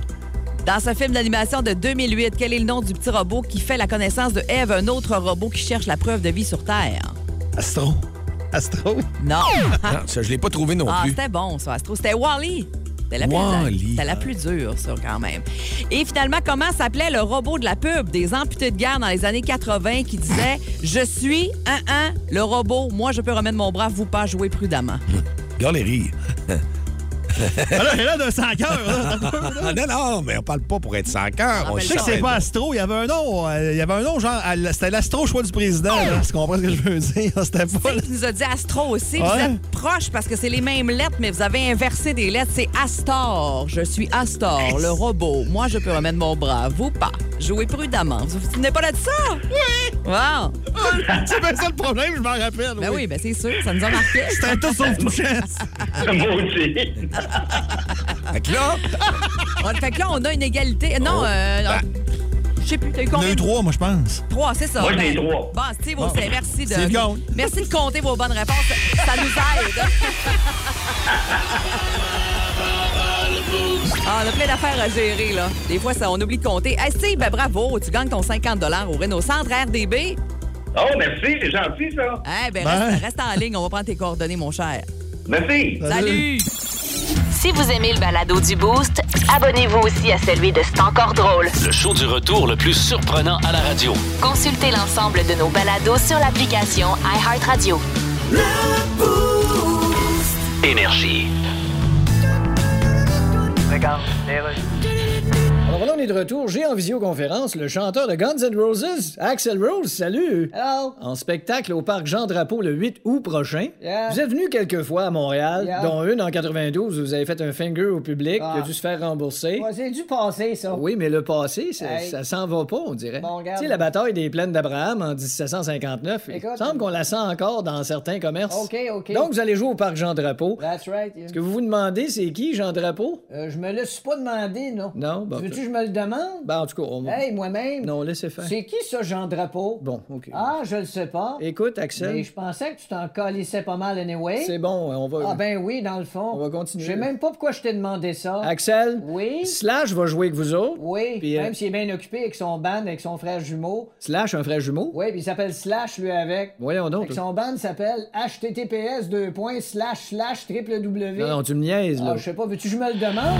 Speaker 5: dans ce film d'animation de 2008, quel est le nom du petit robot qui fait la connaissance de Eve, un autre robot qui cherche la preuve de vie sur Terre?
Speaker 4: Astro. Astro.
Speaker 5: Non.
Speaker 3: [laughs] Non, ça, je l'ai pas trouvé non
Speaker 5: ah,
Speaker 3: plus.
Speaker 5: c'était bon, ça, Astro. C'était Wally. C'était la,
Speaker 3: Wall-E.
Speaker 5: plus, c'était la plus dure, ça, quand même. Et finalement, comment s'appelait le robot de la pub des amputés de guerre dans les années 80 qui disait Je suis un, un, le robot, moi je peux remettre mon bras, vous pas jouer prudemment.
Speaker 3: Regarde les rires.
Speaker 4: Ah, là, il est là d'un sans cœur,
Speaker 3: [laughs] Ah, non, non, mais on parle pas pour être sans cœur.
Speaker 4: Je sais que c'est pas Astro, il y avait un nom. euh, Il y avait un nom, genre, euh, c'était l'Astro choix du président. là. Tu comprends ce que je veux dire? C'était pas.
Speaker 5: Tu nous as dit Astro aussi. Vous
Speaker 4: Ouais.
Speaker 5: êtes proches parce que c'est les mêmes lettres, mais vous avez inversé des lettres. C'est Astor. Je suis Astor, le robot. Moi, je peux remettre mon bras. Vous pas. Jouez prudemment. Vous vous souvenez pas de ça? Oui! Wow!
Speaker 4: [laughs] C'est bien ça le problème, je m'en rappelle.
Speaker 5: Ben oui, ben c'est sûr, ça nous
Speaker 4: [laughs]
Speaker 5: a [laughs] marqué.
Speaker 4: C'était un tout sauf touchant.
Speaker 15: [laughs]
Speaker 3: Fait que là,
Speaker 5: On- fait que là, on a une égalité. Non, euh, je sais plus, t'as eu
Speaker 4: Il y en a
Speaker 5: combien?
Speaker 4: eu Oh. Ben. trois, moi, je pense.
Speaker 5: Trois, c'est ça.
Speaker 4: Moi, j'ai
Speaker 5: Ben,
Speaker 4: trois.
Speaker 5: Bon, Steve,
Speaker 3: Ah.
Speaker 4: Bon.
Speaker 5: aussi, merci de.
Speaker 4: C'est le gagne.
Speaker 5: Merci de compter vos bonnes réponses. Ça nous
Speaker 15: [laughs]
Speaker 5: aide. Ah, on a plein d'affaires à gérer, là. Des fois, ça, on oublie de compter. Hey, Steve, ben, bravo, tu gagnes ton 50 au Renault Centre RDB.
Speaker 15: Oh, merci, c'est gentil, ça.
Speaker 5: Eh ben,
Speaker 15: Ben.
Speaker 5: Reste, reste en ligne, on va prendre tes coordonnées, mon cher.
Speaker 15: Merci.
Speaker 5: Salut.
Speaker 1: Si vous aimez le balado du Boost, abonnez-vous aussi à celui de C'est encore drôle.
Speaker 2: Le show du retour le plus surprenant à la radio.
Speaker 1: Consultez l'ensemble de nos balados sur l'application iHeartRadio.
Speaker 2: Énergie.
Speaker 13: Regarde,
Speaker 14: Alors là, on est de retour. J'ai en visioconférence le chanteur de Guns N' Roses, Axel Rose. Salut! Hello! En spectacle au Parc Jean-Drapeau le 8 août prochain.
Speaker 13: Yeah.
Speaker 14: Vous êtes venu quelques fois à Montréal,
Speaker 13: Yeah.
Speaker 14: dont une en 92 où vous avez fait un finger au public
Speaker 13: Ah.
Speaker 14: qui a dû se faire rembourser.
Speaker 13: c'est du passé, ça.
Speaker 14: Oui, mais le passé, ça,
Speaker 13: Hey.
Speaker 14: ça s'en va pas, on dirait.
Speaker 13: Bon, regarde.
Speaker 14: tu sais, la bataille des plaines d'Abraham en 1759,
Speaker 13: Écoute.
Speaker 14: il semble qu'on la sent encore dans certains commerces.
Speaker 13: OK, OK.
Speaker 14: Donc, vous allez jouer au Parc Jean-Drapeau.
Speaker 13: That's right. yeah.
Speaker 14: Ce que vous vous demandez, c'est qui, Jean Drapeau?
Speaker 13: Euh, je me laisse pas demander, non.
Speaker 14: Non, bon.
Speaker 13: Veux-tu que je
Speaker 14: je me le demande? Ben, en tout cas, on... Hey, moi-même. Non, laissez faire. C'est qui ça, Jean Drapeau? Bon, OK. Ah, je le sais pas. Écoute, Axel.
Speaker 17: Mais
Speaker 14: je pensais que tu t'en calissais pas mal anyway.
Speaker 17: C'est
Speaker 14: bon, on
Speaker 17: va-
Speaker 14: Ah, ben oui, dans le fond. On va continuer. Je sais même pas pourquoi je t'ai demandé ça.
Speaker 17: Axel?
Speaker 14: Oui?
Speaker 17: Slash va jouer avec vous autres.
Speaker 14: Oui,
Speaker 17: Puis, euh,
Speaker 14: même s'il est bien occupé avec son band, avec son frère jumeau.
Speaker 17: Slash, un frère jumeau.
Speaker 14: Oui, puis il s'appelle Slash, lui, avec.
Speaker 17: Voyons donc.
Speaker 14: Fait que
Speaker 17: toi.
Speaker 14: son band s'appelle https deux points slash slash triple W.
Speaker 17: Non, non, tu me niaises, là.
Speaker 14: Ah, je sais pas, veux-tu que je me le demande?